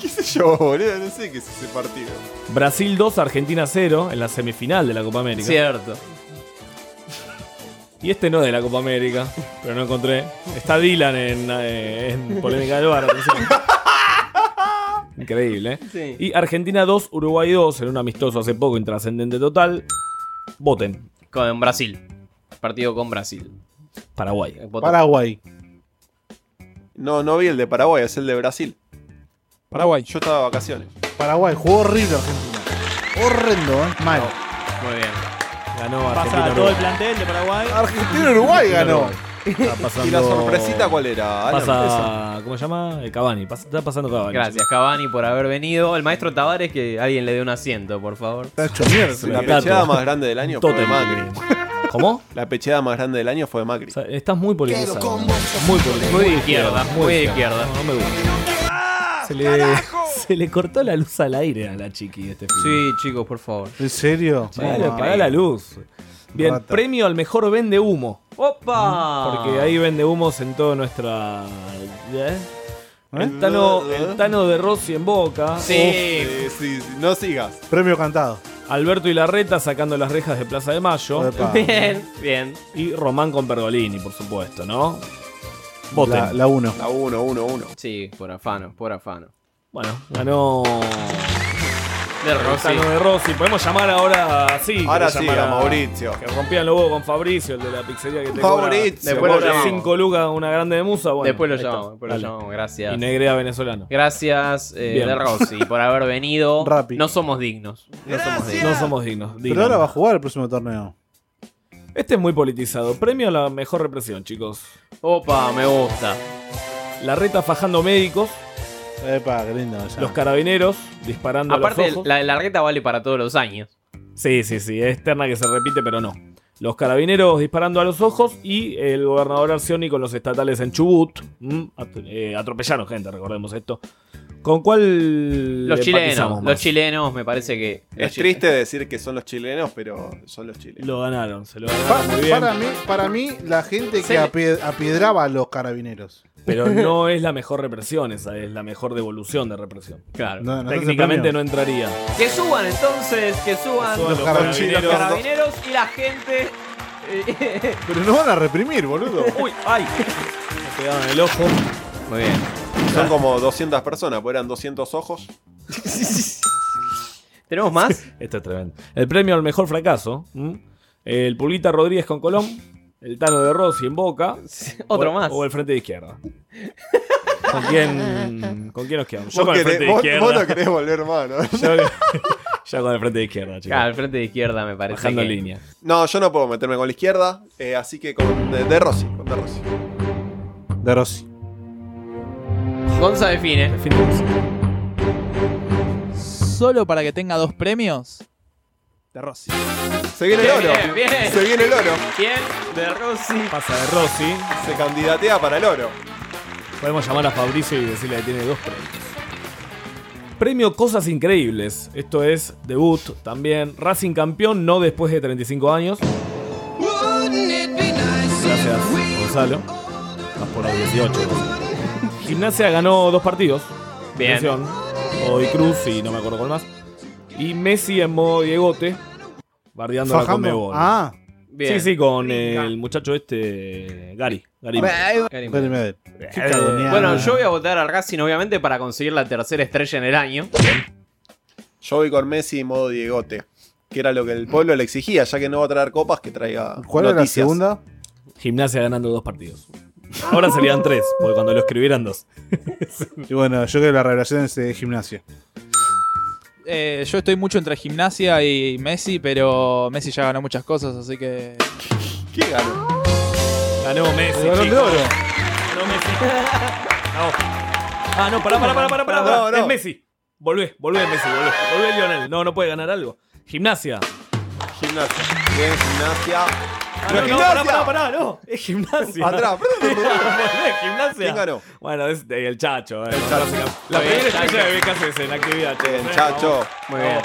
S8: ¿Qué sé yo, boludo? No sé qué es ese partido.
S2: Brasil 2, Argentina 0 en la semifinal de la Copa América.
S3: Cierto.
S2: Y este no es de la Copa América, pero no encontré. Está Dylan en, eh, en Polémica del Bar. atención. Increíble. ¿eh?
S3: Sí.
S2: Y Argentina 2, Uruguay 2, en un amistoso hace poco, intrascendente total. Voten.
S3: Con Brasil. Partido con Brasil.
S2: Paraguay.
S8: Eh,
S3: Voto.
S1: Paraguay.
S8: No, no vi el de Paraguay, es el de Brasil.
S5: Paraguay.
S8: Yo estaba de vacaciones.
S1: Paraguay. Jugó horrible Argentina. Horrendo, ¿eh? Mal.
S3: Muy bien.
S2: Ganó
S5: Pasa
S2: Argentina.
S5: todo el
S2: Uruguay.
S5: plantel de Paraguay.
S1: Argentina-Uruguay ganó.
S2: Está pasando-
S8: ¿Y la sorpresita cuál era? Alan?
S2: Pasa, ¿Cómo se llama? Eh, Cavani. Pas- está pasando Cavani.
S3: Gracias, Cavani, por haber venido. El maestro Tavares, que alguien le dé un asiento, por favor.
S1: Está hecho mierda.
S8: Sí,
S1: señor.
S8: La pecheada
S2: Tato.
S8: más grande del año fue de
S2: Totem.
S8: Macri.
S2: ¿Cómo?
S8: La pecheada más grande del año fue de Macri.
S2: O sea, estás muy politizado. Muy politizado.
S3: Muy de izquierda, muy de izquierda.
S2: No, no me gusta. Se le, se le cortó la luz al aire a la chiqui este fin.
S3: Sí, chicos, por favor.
S1: ¿En serio?
S2: Claro,
S1: Ah,
S2: apagá la luz. Bien,
S1: Rata.
S2: premio al mejor vende humo.
S3: ¡Opa!
S2: Porque ahí vende humos en toda nuestra. ¿eh? El, tano, el Tano de Rossi en boca.
S3: Sí.
S8: Sí, sí, sí. No sigas.
S1: Premio cantado.
S2: Alberto y Larreta sacando las rejas de Plaza de Mayo.
S1: Epa.
S3: Bien, bien.
S2: Y Román con Pergolini, por supuesto, ¿no? Voten.
S1: La- La 1.
S8: La 1, 1, 1.
S3: Sí, por afano, por afano.
S2: Bueno, ganó.
S3: De
S2: el
S3: Rossi.
S2: Tano de Rossi. Podemos llamar ahora sí.
S8: Ahora
S2: querés
S8: sí,
S2: llamar
S8: a Mauricio.
S2: Que rompían los huevos con Fabricio, el de la pizzería que te
S8: Mauricio.
S2: cobra.
S3: Después lo
S2: Después de
S3: llamamos.
S2: 5 lucas, una grande de musa. Bueno,
S3: después lo
S2: ahí está.
S3: llamamos, después
S2: Dale.
S3: lo llamamos. Gracias.
S2: Y negrea venezolano.
S3: Gracias, eh,
S2: Bien.
S3: De Rossi, por haber venido.
S1: Rappi.
S3: No somos dignos. No somos dignos.
S2: No somos dignos.
S1: Pero
S2: digan.
S1: ahora va a jugar el próximo torneo.
S2: Este es muy politizado. Premio a la mejor represión, chicos.
S3: Opa, me gusta.
S2: La reta fajando médicos,
S1: Epa, qué lindo. ya.
S2: los carabineros disparando a
S3: Aparte,
S2: los ojos.
S3: la, la reta vale para todos los años.
S2: Sí, sí, sí, es terna que se repite, pero no. Los carabineros disparando a los ojos y el gobernador Arcioni con los estatales en Chubut. ¿m? At- eh, atropellaron gente, recordemos esto. ¿Con cuál
S3: Los chilenos,
S2: empatizamos
S3: los
S2: más?
S3: chilenos me parece que... los
S8: Es
S3: chi-
S8: triste decir que son los chilenos, pero son los chilenos.
S2: Lo ganaron, se lo
S1: Pa-
S2: ganaron muy bien.
S1: para, mí, para mí, la gente
S3: Se-
S1: que apie- apiedraba a los carabineros.
S2: Pero no es la mejor represión, esa es la mejor devolución de represión. Claro.
S1: No, no,
S2: Técnicamente
S1: ese premio.
S2: no entraría.
S3: Que suban entonces, que suban,
S2: Suban
S1: los
S2: los
S1: carabineros.
S3: los
S2: carabineros.
S3: carabineros y la gente...
S1: Pero no van a reprimir, boludo.
S2: Uy, ay. Me pegaron en el ojo.
S3: Muy bien.
S8: Son como 200 personas, pues eran 200 ojos.
S3: ¿Tenemos más?
S2: Esto es tremendo. El premio al mejor fracaso. ¿m? El Pulita Rodríguez con Colón. El Tano de Rossi en Boca.
S3: otro
S2: o-
S3: más.
S2: O el Frente de Izquierda. ¿Con quién, ¿Con quién nos quedamos? Yo
S8: Vos
S2: con el
S8: querés-
S2: Frente de
S8: vos-
S2: Izquierda.
S8: vos no querés volver más, ¿no?
S2: Yo, yo con el Frente de Izquierda, chicos.
S3: Claro, el frente de izquierda me parece.
S2: Bajando
S3: que-
S2: línea.
S8: No, yo no puedo meterme con la izquierda, eh, así que con de, de Rossi, con de Rossi.
S1: De Rossi.
S3: Gonza define.
S5: Solo para que tenga dos premios.
S8: De Rossi. Se viene el oro.
S3: Bien, bien.
S8: Se viene el oro.
S3: Bien, de Rossi.
S2: Pasa de Rossi.
S8: Se candidatea para el oro.
S2: Podemos llamar a Fabricio y decirle que tiene dos premios. Premio Cosas Increíbles. Esto es debut también. Racing campeón, no después de 35 años. Gracias, Gonzalo. Más por los 18. Gimnasia ganó dos partidos.
S3: Bien.
S2: Atención. Hoy Cruz y no me acuerdo cuál más. Y Messi en modo Diegote. Bardeando la
S1: Fajando.
S2: Conmebol.
S1: Ah.
S3: Bien.
S2: Sí, sí, con el muchacho este, Gary. Gary.
S3: Karim.
S1: Dale, me- Qué cagoneada.
S3: Bueno, yo voy a votar al Racing, obviamente, para conseguir la tercera estrella en el año.
S8: Yo voy con Messi en modo Diegote, que era lo que el pueblo le exigía, ya que no va a traer copas, que traiga.
S1: ¿Cuál era la
S8: noticias.
S1: segunda?
S2: Gimnasia ganando dos partidos. Ahora serían tres, porque cuando lo escribieran dos.
S1: Y bueno, yo creo que la revelación es de gimnasia.
S5: Eh, yo estoy mucho entre gimnasia y Messi, pero Messi ya ganó muchas cosas, así que.
S8: ¿Qué ganó?
S2: Ganó Messi.
S1: El Balón de
S2: chicos.
S1: Oro.
S2: Ganó Messi. Vamos. Ah, no, pará, pará, pará, pará, pará.
S8: No,
S2: pará.
S8: no.
S2: Es Messi. Volvé, volvé, Messi, volvé. Volvé, Lionel. No, no puede ganar algo. Gimnasia.
S8: Gimnasia. Bien, gimnasia.
S2: Ah,
S8: ¡Pero
S2: no, no, pará,
S8: gimnasia!
S2: pará, pará, no. Es gimnasia.
S8: Atrás.
S2: Volvé, gimnasia.
S8: ¿Quién ganó?
S2: Bueno, es eh, el Chacho. eh,
S8: Chacho.
S2: La
S3: Muy bien,
S2: primera estrella
S3: Chacho.
S2: de BKCS en actividad. chicos,
S8: Bien,
S2: eh,
S8: chacho.
S2: vamos. Muy bien.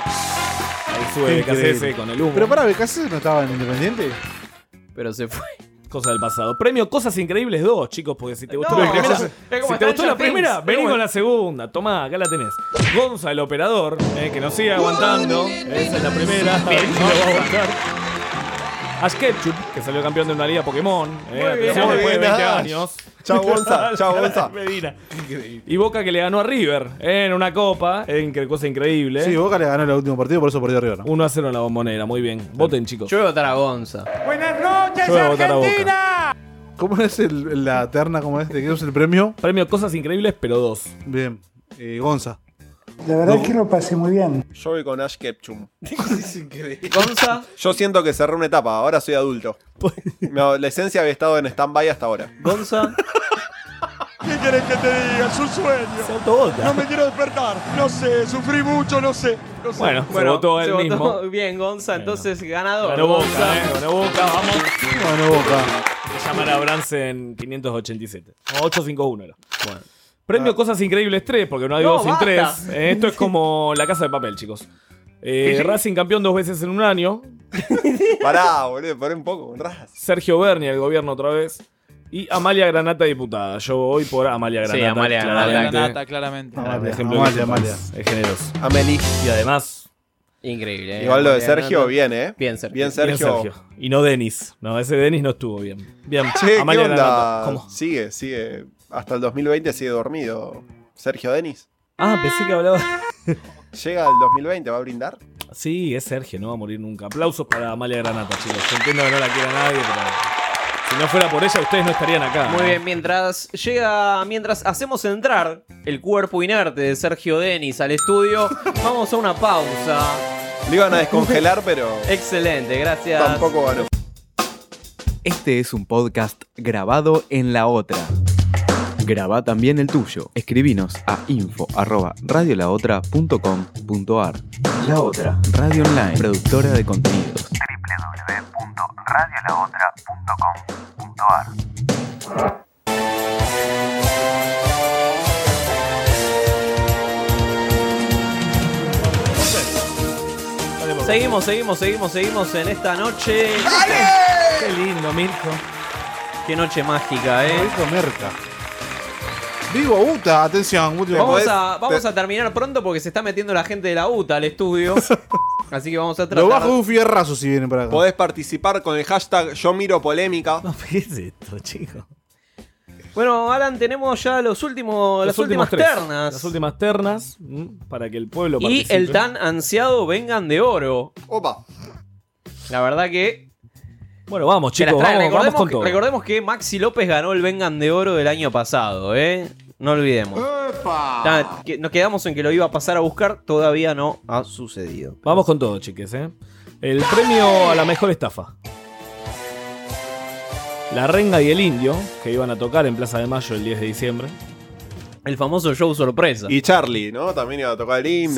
S2: Ahí sube
S1: Qué
S2: BKCS
S1: increíble.
S2: con el humo.
S1: Pero para BKC no estaba en Independiente.
S3: Pero se fue.
S2: Cosa del pasado. Premio Cosas Increíbles 2, chicos, porque si te gustó
S3: No,
S2: la primera,
S3: es
S2: si
S3: como
S2: te
S3: Stranger
S2: gustó la
S3: Things,
S2: primera,
S3: pero
S2: vení
S3: bueno.
S2: con la segunda. Tomá, acá la tenés. Gonza, el operador, eh, que nos sigue aguantando. Esa es la primera. a ver si lo va a aguantar. Ash Ketchum, que salió campeón de una liga Pokémon. Eh,
S8: Muy bien,
S2: atención,
S8: muy
S2: después de
S8: bien,
S2: 20
S8: Ash.
S2: años.
S8: Chao, Gonza. Chao, Gonza.
S2: Medina. Y Boca que le ganó a River eh, en una copa. Eh, incre- cosa increíble.
S1: Sí, Boca le ganó el último partido, por eso perdió River.
S2: 1 a 0 en la bombonera. Muy bien. Voten, chicos.
S3: Yo voy a votar a Gonza.
S4: Buenas noches,
S2: Yo voy a votar a Boca.
S4: Argentina.
S1: ¿Cómo es el- la terna? ¿Cómo es? ¿De qué es el premio?
S2: Premio Cosas Increíbles, pero 2.
S1: Bien. Eh, Gonza.
S11: La verdad es que lo pasé muy bien.
S8: Yo voy con Ash Ketchum.
S3: Gonza,
S8: Yo siento que cerré una etapa, ahora soy adulto.
S2: Pues-
S8: Mi adolescencia había estado en stand-by hasta ahora.
S3: Gonza.
S4: ¿Qué querés que te diga? Es un sueño. No me quiero despertar. No sé, sufrí mucho, no sé. No sé.
S2: Bueno, se votó él mismo.
S3: Bien, Gonza, entonces ganador.
S2: Ganó Boca,
S3: Gonza.
S2: eh, ganó Boca, vamos.
S1: Bueno, Boca.
S2: Se llamará Brance en 587. O 851 era. Bueno. Ah. Premio Cosas Increíbles 3, porque no hay
S3: No,
S2: dos sin
S3: basta.
S2: tres. Eh, Esto es como la casa de papel, chicos. Eh, Racing campeón dos veces en un año.
S8: Pará, boludo, pará un poco. Ras.
S2: Sergio Berni al gobierno otra vez. Y Amalia Granata diputada. Yo voy por Amalia
S3: Sí,
S2: Granata.
S3: Amalia Granata.
S5: La
S2: claramente.
S5: nata, claramente.
S1: Amalia,
S2: Ejemplo de
S1: Amalia,
S2: capaz,
S1: Amalia.
S2: Es generoso.
S8: Amelie.
S2: Ah, Y además,
S3: Increíble. eh.
S8: Igual lo de
S3: Ganando.
S8: Sergio, bien, ¿eh?
S3: Bien, Sergio.
S8: Bien,
S2: bien
S8: Sergio.
S2: Sergio. Y no Denis. No, ese Denis no estuvo bien. Bien,
S8: Che, ¿qué
S2: Amalia
S8: onda?
S2: Granata. ¿Cómo?
S8: Sigue, sigue. Hasta el 2020 sigue dormido. Sergio Denis.
S2: Ah, pensé que hablaba.
S8: Llega el 2020, ¿va a brindar?
S2: Sí, es Sergio, no va a morir nunca. Aplausos para Amalia Granata, chicos. Yo entiendo que no la quiera nadie, pero si no fuera por ella, ustedes no estarían acá.
S3: Muy bien, mientras llega, mientras hacemos entrar el cuerpo inerte de Sergio Denis al estudio, vamos a una pausa.
S8: Lo iban a descongelar, pero
S2: Eh,
S3: Excelente, gracias.
S8: tampoco ganó.
S6: Este es un podcast grabado en la otra. Graba también el tuyo. Escribinos a info@radiolaotra.com.ar. La otra, radio online, productora de contenidos.
S3: Seguimos, seguimos, seguimos, seguimos en esta noche.
S2: Qué lindo, Mirko.
S3: Qué noche mágica, eh.
S1: Rico Merca. Vivo Uta, atención, último
S3: Vamos
S2: pues,
S8: podés-
S3: a, vamos
S8: te-
S3: a terminar pronto porque se está metiendo la gente de la UTA al estudio. Así que vamos a tratar.
S1: Lo bajo de un fierrazo si vienen para acá.
S8: Podés participar con el hashtag Yo Miro Polémica.
S2: No, ¿qué es esto, chicos?
S3: Bueno, Alan, tenemos ya los últimos, las
S2: Los últimos
S3: últimas
S2: tres.
S3: ternas.
S2: Las últimas ternas mm, para que el pueblo
S3: y
S2: participe.
S3: el tan ansiado Vengan de Oro.
S8: Opa.
S3: La verdad que.
S2: Bueno, vamos,
S3: se las
S2: chicos,
S3: trae.
S2: vamos,
S3: recordemos,
S2: vamos con
S3: que-
S2: todo.
S3: recordemos que Maxi López ganó el Vengan de Oro del año pasado, ¿eh? No olvidemos. Nada, que- Nos quedamos en que lo iba a pasar a buscar, todavía no ha sucedido.
S2: Vamos con todo, chiques, ¿eh? El premio a la mejor estafa. La Renga y el Indio, que iban a tocar en Plaza de Mayo el 10 de diciembre.
S3: El famoso show sorpresa.
S8: Y Charlie, ¿no? También iba a tocar el himno.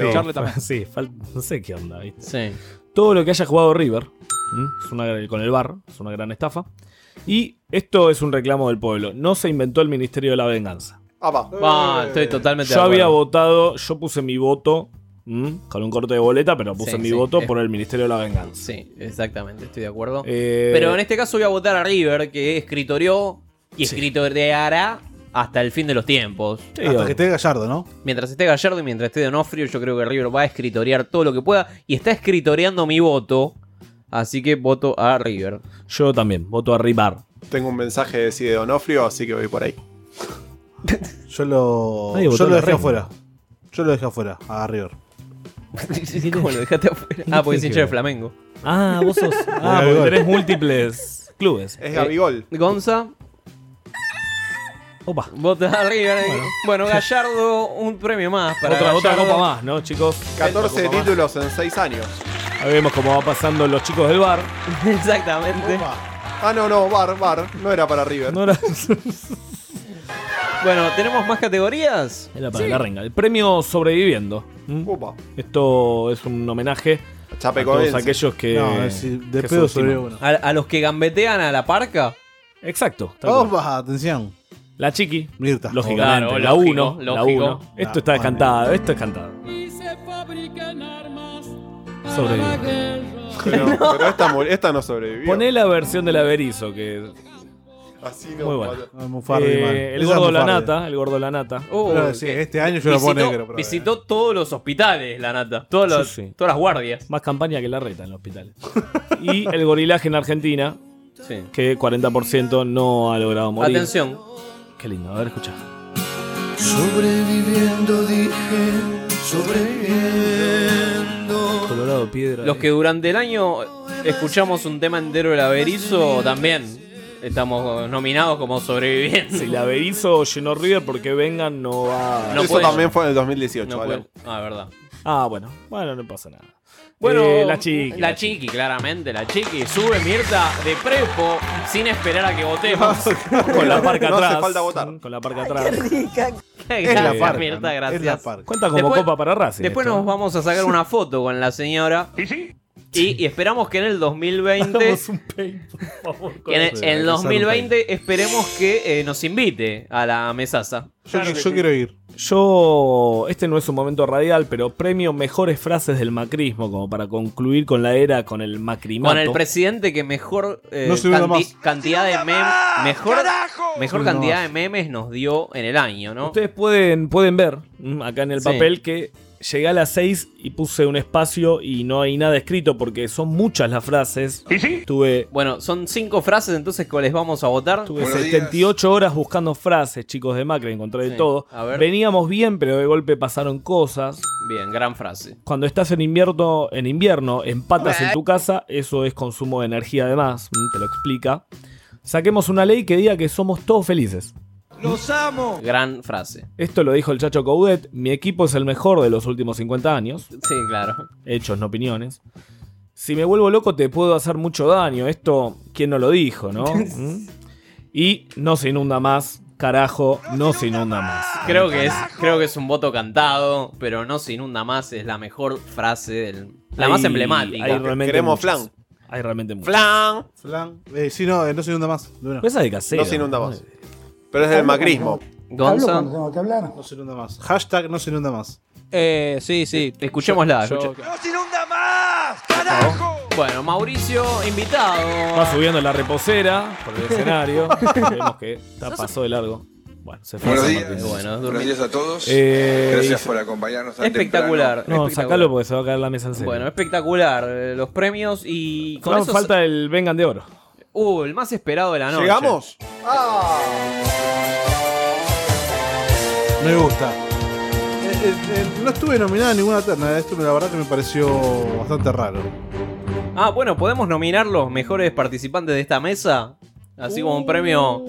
S2: Sí, sí, fal- no sé qué onda, ¿viste? Todo lo que haya jugado River ¿m? es una- con el bar, es una gran estafa. Y esto es un reclamo del pueblo. No se inventó el Ministerio de la Venganza.
S3: Va,
S8: Eh,
S3: estoy totalmente
S2: Yo Eh,
S3: de
S2: había
S3: acuerdo.
S2: votado, yo puse mi voto ¿m? con un corte de boleta, pero puse
S3: Sí,
S2: mi
S3: sí,
S2: voto
S3: es-
S2: por el Ministerio de la Venganza.
S3: Sí, exactamente, estoy de acuerdo.
S2: Eh,
S3: Pero en este caso voy a votar a River, que escritorió y escritoreará hasta el fin de los tiempos.
S1: Hasta que esté Gallardo, ¿no?
S3: Mientras esté Gallardo y mientras esté Donofrio, yo creo que River va a escritorear todo lo que pueda. Y está escritoreando mi voto. Así que voto a River.
S2: Yo también, voto a River.
S8: Tengo un mensaje de sí de Donofrio, así que voy por ahí.
S1: Yo lo,
S8: Nadie votó
S1: yo lo
S8: la
S1: dejé
S8: Renga.
S1: afuera. Yo lo dejé afuera, a River.
S3: ¿Cómo lo dejaste afuera? Ah, porque es hincha de Flamengo.
S2: Ah, vos sos. Ah,
S1: Gabigol.
S2: porque tenés múltiples clubes.
S1: Eh,
S8: Es Gabigol.
S3: Gonza.
S2: Opa.
S3: Vota a River. Bueno. Gallardo, un premio más. Para
S2: Otra, otra
S3: Gallardo.
S2: copa más, ¿no, chicos?
S8: 14
S2: Otra copa más.
S8: títulos en 6 años.
S2: Ahí vemos cómo va pasando los chicos del bar.
S3: Exactamente.
S8: Ah, no, no, Bar, Bar. No era para River.
S2: No era-
S3: Bueno, ¿tenemos más categorías?
S2: Era para
S8: Sí.
S2: la renga. El premio sobreviviendo. ¿Mm?
S8: Opa.
S2: Esto es un homenaje
S8: Chape
S2: a todos
S8: Coense.
S2: aquellos que.
S1: No, es decir, de
S2: que
S1: pedo
S2: subestiman.
S1: sobrevivió uno.
S3: A, a los que gambetean a la parca.
S2: Exacto. tal cual.
S1: Opa, atención.
S2: La chiqui.
S1: Mirta.
S2: Lógicamente.
S3: Claro,
S2: la 1.
S3: lógico,
S2: La
S3: lógico.
S2: 1. Esto
S1: Ah,
S2: está
S1: bueno.
S2: cantado. Esto es cantado. Sobreviviendo.
S8: Pero, pero esta, mol- esta no sobrevivió.
S2: Poné la versión del averizo que.
S8: Así no.
S2: Muy buena.
S1: Ah, Mufardi,
S2: Eh,
S1: man.
S2: el
S1: Esa
S2: gordo la
S1: Mufardi.
S2: nata. El gordo la nata. Uh,
S3: Oh,
S1: Pero sí,
S3: eh,
S1: este año yo lo
S3: visitó-
S1: pongo negro, pero-
S3: Visitó todos los hospitales, la nata. Todos los-
S2: Sí, sí.
S3: Todas las guardias.
S2: Más campaña que la reta en los hospitales. y el gorilaje en Argentina,
S3: Sí.
S2: que 40% no ha logrado morir.
S3: Atención.
S2: Qué lindo, a ver, escucha.
S7: Sobreviviendo dije, sobreviviendo.
S2: Colorado piedra.
S3: Los que durante el año escuchamos un tema entero del Averizo también estamos nominados como sobrevivientes.
S2: Si la Berizo llenó River porque vengan no va.
S3: No
S8: Eso
S3: puede.
S8: también fue en el 2018,
S3: No
S8: vale.
S3: puede- Ah, verdad.
S2: Ah, bueno. Bueno, no pasa nada.
S3: Bueno,
S2: Eh, la chiqui.
S3: La chiqui, claramente, la chiqui. Sube Mirta de prepo sin esperar a que votemos.
S2: Con la parca
S8: No hace
S2: atrás.
S8: falta votar.
S2: Con la parca atrás.
S3: Gracias,
S1: la parca,
S3: Mirta,
S1: es
S3: gracias.
S1: la parca.
S2: Cuenta como
S3: Después-
S2: copa para Racing.
S3: Después
S2: esto,
S3: nos
S2: ¿eh?
S3: vamos a sacar una foto con la señora. Y, y esperamos que en el 2020.
S2: Hagamos un paint, por favor. con
S3: que en
S2: eso.
S3: el, en el 2020 esperemos que eh, nos invite a la mesaza.
S1: Yo, yo quiero ir.
S2: Yo, este no es un momento radial, pero premio mejores frases del macrismo, como para concluir con la era, con el macrimato.
S3: Con el presidente que mejor eh,
S1: No se duda más.
S3: canti- cantidad de memes. Mejor, mejor
S1: No se duda
S3: cantidad
S1: más.
S3: de memes nos dio en el año, ¿no?
S2: Ustedes pueden, pueden ver mm, acá en el
S3: Sí.
S2: papel que llegué a las 6 y puse un espacio y no hay nada escrito porque son muchas las frases. Tuve,
S3: Bueno, son cinco frases entonces que les vamos a votar.
S2: tuve 78 horas buscando frases, chicos de Macri, encontré de
S3: Sí,
S2: todo.
S3: a ver.
S2: Veníamos bien, pero de golpe pasaron cosas.
S3: Bien, gran frase.
S2: Cuando estás en invierno, en invierno, empatas en tu casa, eso es consumo de energía además, mm, te lo explica. Saquemos una ley que diga que somos todos felices.
S7: Los amo.
S3: Gran frase.
S2: Esto lo dijo el Chacho Coudet, mi equipo es el mejor de los últimos 50 años.
S3: Sí, claro.
S2: hechos, no opiniones. Si me vuelvo loco te puedo hacer mucho daño. Esto, ¿quién no lo dijo, no? ¿Mm? Y no se inunda más, carajo, no se inunda más.
S3: Creo que es, creo que es un voto cantado, pero no se inunda más, es la mejor frase del- la
S2: Hay-
S3: más emblemática.
S2: Hay realmente
S8: Queremos
S2: muchas.
S8: flan.
S2: Hay realmente muchas.
S8: Flan.
S1: Flan. Eh, sí, no, eh, no se inunda más. de una.
S2: Pero esa de casero.
S8: No se inunda más. Pero es del macrismo.
S11: Hablo
S3: Gonza,
S11: cuando tengo que hablar.
S1: No se inunda más. Hashtag no se inunda más.
S5: Eh, sí, sí.
S3: escuchémosla.
S5: Yo-
S3: escuché-
S7: ¡No se inunda más! ¡Carajo!
S3: Bueno, Mauricio,
S2: Va
S3: invitado.
S2: subiendo la reposera por el escenario. Vemos que está pasó de largo. Bueno, se fue.
S12: Buenos
S2: San
S12: días.
S2: Martín.
S3: Bueno,
S12: Buenos
S3: durmi-
S12: días a todos.
S2: Eh,
S12: Gracias
S2: y-
S12: por acompañarnos. tan
S3: Espectacular.
S2: No,
S3: espectacular.
S2: sacalo porque se va a caer la mesa en serio.
S3: Bueno, espectacular. eh, Los premios y. Con
S2: Fran,
S3: eso
S2: falta el vengan de oro.
S3: Uh, el más esperado de la noche.
S8: ¿Llegamos?
S1: Me gusta. Eh, eh, eh, no estuve nominada a ninguna terna. eh, Esto la verdad que me pareció bastante raro.
S3: Ah, bueno, podemos nominar los mejores participantes de esta mesa. Así como un premio.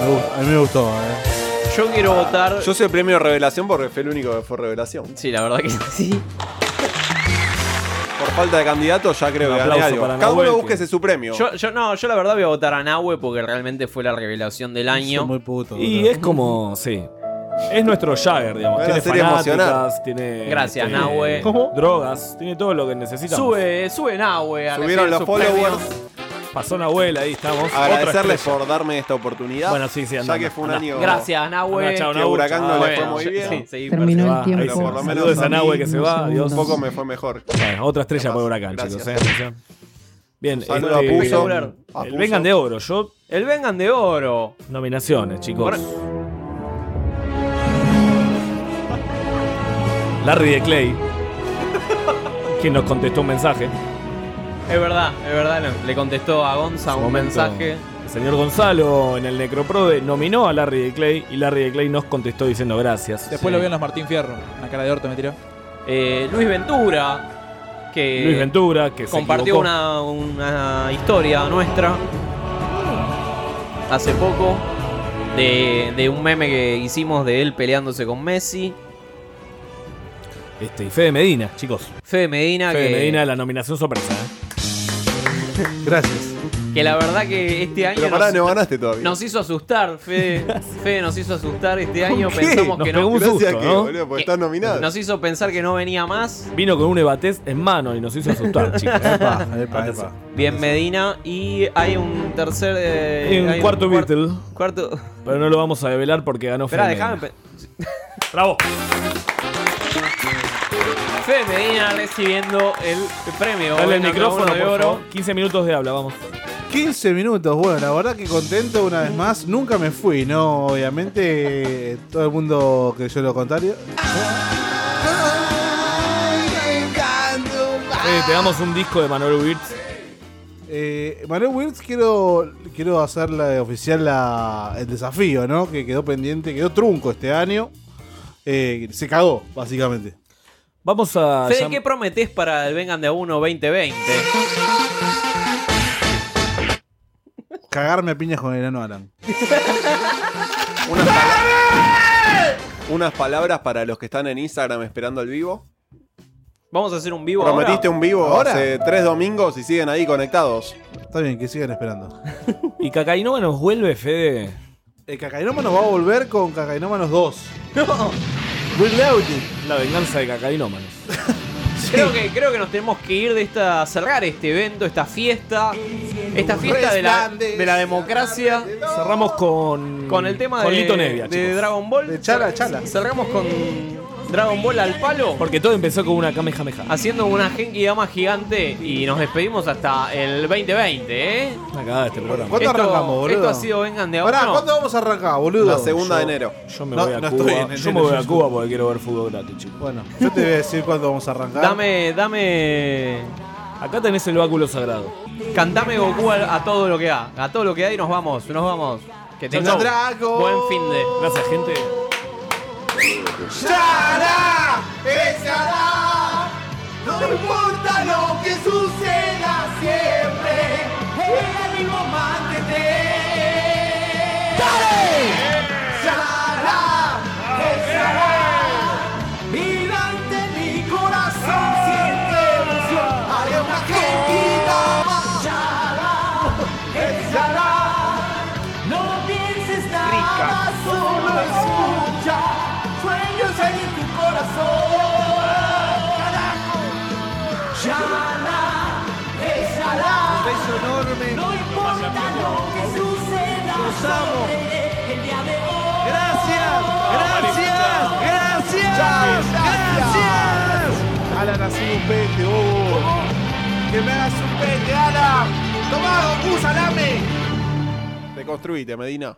S1: Me gusta- a mí me gustó, eh.
S3: Yo quiero votar.
S8: Yo soy el premio revelación porque fue el único que fue revelación.
S3: Sí, la verdad que sí.
S8: Por falta de candidato ya creo
S3: Un
S8: que gané
S3: aplauso
S8: algo.
S3: para
S8: Cada uno
S3: Nahuel,
S8: búsquese
S3: que-
S8: su premio.
S3: Yo, yo no, yo la verdad voy a votar a Nahue porque realmente fue la revelación del año.
S2: Soy muy
S1: puto.
S2: Y es como, sí. Es nuestro Jagger, digamos.
S3: Una
S2: Tiene
S3: serie emocional.
S2: fanáticas, tiene.
S3: Gracias,
S2: este,
S3: Nahue.
S2: Drogas, tiene todo lo que necesitamos.
S3: Sube, sube Nahue. a recibir
S8: Subieron los
S3: sus
S8: followers.
S3: premios.
S2: Pasó Nahuel, ahí estamos. Otra
S8: Agradecerles
S2: estrella.
S8: por darme esta oportunidad.
S2: Bueno, sí, sí,
S8: Ya
S2: andá,
S8: que fue un
S2: andá.
S8: año.
S3: Gracias, Nahue.
S2: Ah,
S3: Ah,
S8: Andá, Ah, chao, Que Nahue, Huracán no chao. le fue muy
S3: Bueno,
S8: bien.
S3: sí, sí,
S2: Terminó
S3: perfecto.
S2: el tiempo.
S8: Pero por lo menos
S2: Saludos a
S8: mí
S2: Nahue que se va,
S8: un
S2: adiós.
S8: poco me fue mejor.
S2: Bueno, otra estrella por huracán,
S8: Gracias.
S2: chicos. eh, atención. Bien,
S8: Saludo a
S2: este,
S8: Puso.
S2: el
S8: A Puso.
S2: Vengan de Oro, yo.
S3: El Vengan de Oro.
S2: Nominaciones, chicos. Larry de Clay. quien nos contestó un mensaje.
S3: Es verdad, es verdad. no. Le contestó a Gonza un
S2: momento.
S3: mensaje.
S2: El señor Gonzalo en el Necroprode nominó a Larry de Clay y Larry de Clay nos contestó diciendo gracias.
S5: Después lo vio en los Martín Fierro. Una cara de orto me tiró.
S3: Eh, Luis Ventura. Que
S2: Luis Ventura, que se
S3: compartió
S2: equivocó.
S3: una, una historia nuestra hace poco de, de un meme que hicimos de él peleándose con Messi.
S2: Este, y Fede Medina, chicos.
S3: Fede Medina,
S2: Fede
S3: que,
S2: Medina, la nominación sorpresa. ¿eh?
S1: Gracias.
S3: que la verdad que este año
S8: Pero pará,
S3: nos,
S8: no ganaste todavía.
S3: nos hizo asustar. Fede, Fede nos hizo asustar este
S2: ¿Con
S3: año.
S2: qué?
S3: Pensamos
S2: Nos
S3: que
S2: pegó
S3: no.
S2: un
S8: Gracias
S2: susto,
S8: que,
S2: ¿no?
S8: boludo, porque estás nominado.
S3: Nos hizo pensar que no venía más.
S2: Vino con un ebatés en mano y nos hizo asustar, chicos. ¿eh?
S1: Epa, epa,
S2: Atención.
S1: epa.
S3: Bien Medina. Y hay un tercer. eh,
S2: Y un
S3: hay
S2: cuarto
S3: cuar-
S2: Beatle.
S3: Cuarto.
S2: Pero no lo vamos a develar porque ganó
S3: Esperá,
S2: Fede
S3: déjame.
S2: Medina.
S3: pe-
S2: Bravo.
S3: Fede Medina recibiendo el premio.
S2: Dale el
S3: Venga,
S2: micrófono,
S3: uno
S2: de oro. 15 minutos de habla, vamos.
S1: 15 minutos, bueno, la verdad que contento una vez más. Nunca me fui, ¿no? Obviamente, todo el mundo creyó lo contrario.
S2: Eh, te damos un disco de Manuel Wirtz.
S1: Eh, Manuel Wirtz, quiero, quiero hacer la- oficial la- el desafío, ¿no? Que quedó pendiente, quedó trunco este año. Eh, se cagó, básicamente.
S2: Vamos a.
S3: Fede,
S2: llam-
S3: ¿qué prometés para el Vengan de a Uno 2020?
S1: Cagarme a piñas con el enano Alan.
S8: Unas palabras para los que están en Instagram esperando el vivo.
S3: Vamos a hacer un vivo
S8: Prometiste
S3: ahora.
S8: un vivo
S1: ¿Ahora?
S8: hace tres domingos y siguen ahí conectados.
S1: Está bien, que sigan esperando.
S2: Y Cacainova nos vuelve, Fede.
S1: El Cacainómanos va a volver con Cacainómanos 2.
S3: No,
S1: Reloaded.
S2: La venganza de Cacainómanos.
S3: creo, que, creo que nos tenemos que ir de esta. cerrar este evento, esta fiesta. Esta fiesta de la, de la democracia.
S2: Cerramos con.
S3: Con el tema
S2: con
S3: de,
S2: Lito Nevia,
S3: de
S2: chicos.
S3: Dragon Ball.
S1: De chala, chala.
S3: Cerramos con Dragon Ball al palo.
S2: Porque todo empezó con una Kamehameha.
S3: Haciendo una Genki Dama gigante y nos despedimos hasta el 2020, ¿eh?
S2: Una cagada este programa.
S1: ¿Cuándo
S3: Esto-
S1: arrancamos, boludo?
S3: Esto ha sido Vengan de a
S1: Pará,
S3: Uno.
S1: ¿cuándo vamos a arrancar, boludo?
S8: La segunda de enero.
S2: Yo me
S1: No,
S2: voy a
S1: no estoy
S2: Cuba.
S1: en el-
S2: Yo me voy a Cuba porque quiero ver fútbol gratis, chicos.
S1: Bueno, yo te voy a decir cuándo vamos a arrancar.
S3: Dame, dame.
S2: Acá tenés el báculo sagrado.
S3: Cantame Goku a, a todo lo que da. A todo lo que da y nos vamos, nos vamos. Que
S2: Chau,
S3: tengas
S1: chau.
S3: buen fin de.
S2: Gracias, gente.
S7: Shará, pesará, no importa lo que suceda siempre, el ánimo mantente. ¡Dale! Shará, pesará, y ante mi corazón siente emoción, haré una gentita más. Shará, pesará, no pienses nada, solo escucha sueños hay en tu corazón. Carajo. Yana, besala. Un beso enorme. No importa lo que suceda. Los amo. El día de hoy. Gracias, gracias, gracias, gracias.
S1: Alan, así un pete, bobo.
S7: Que me hagas un pete, Ana. Tomá, Goku, salame.
S8: Te construiste, Medina.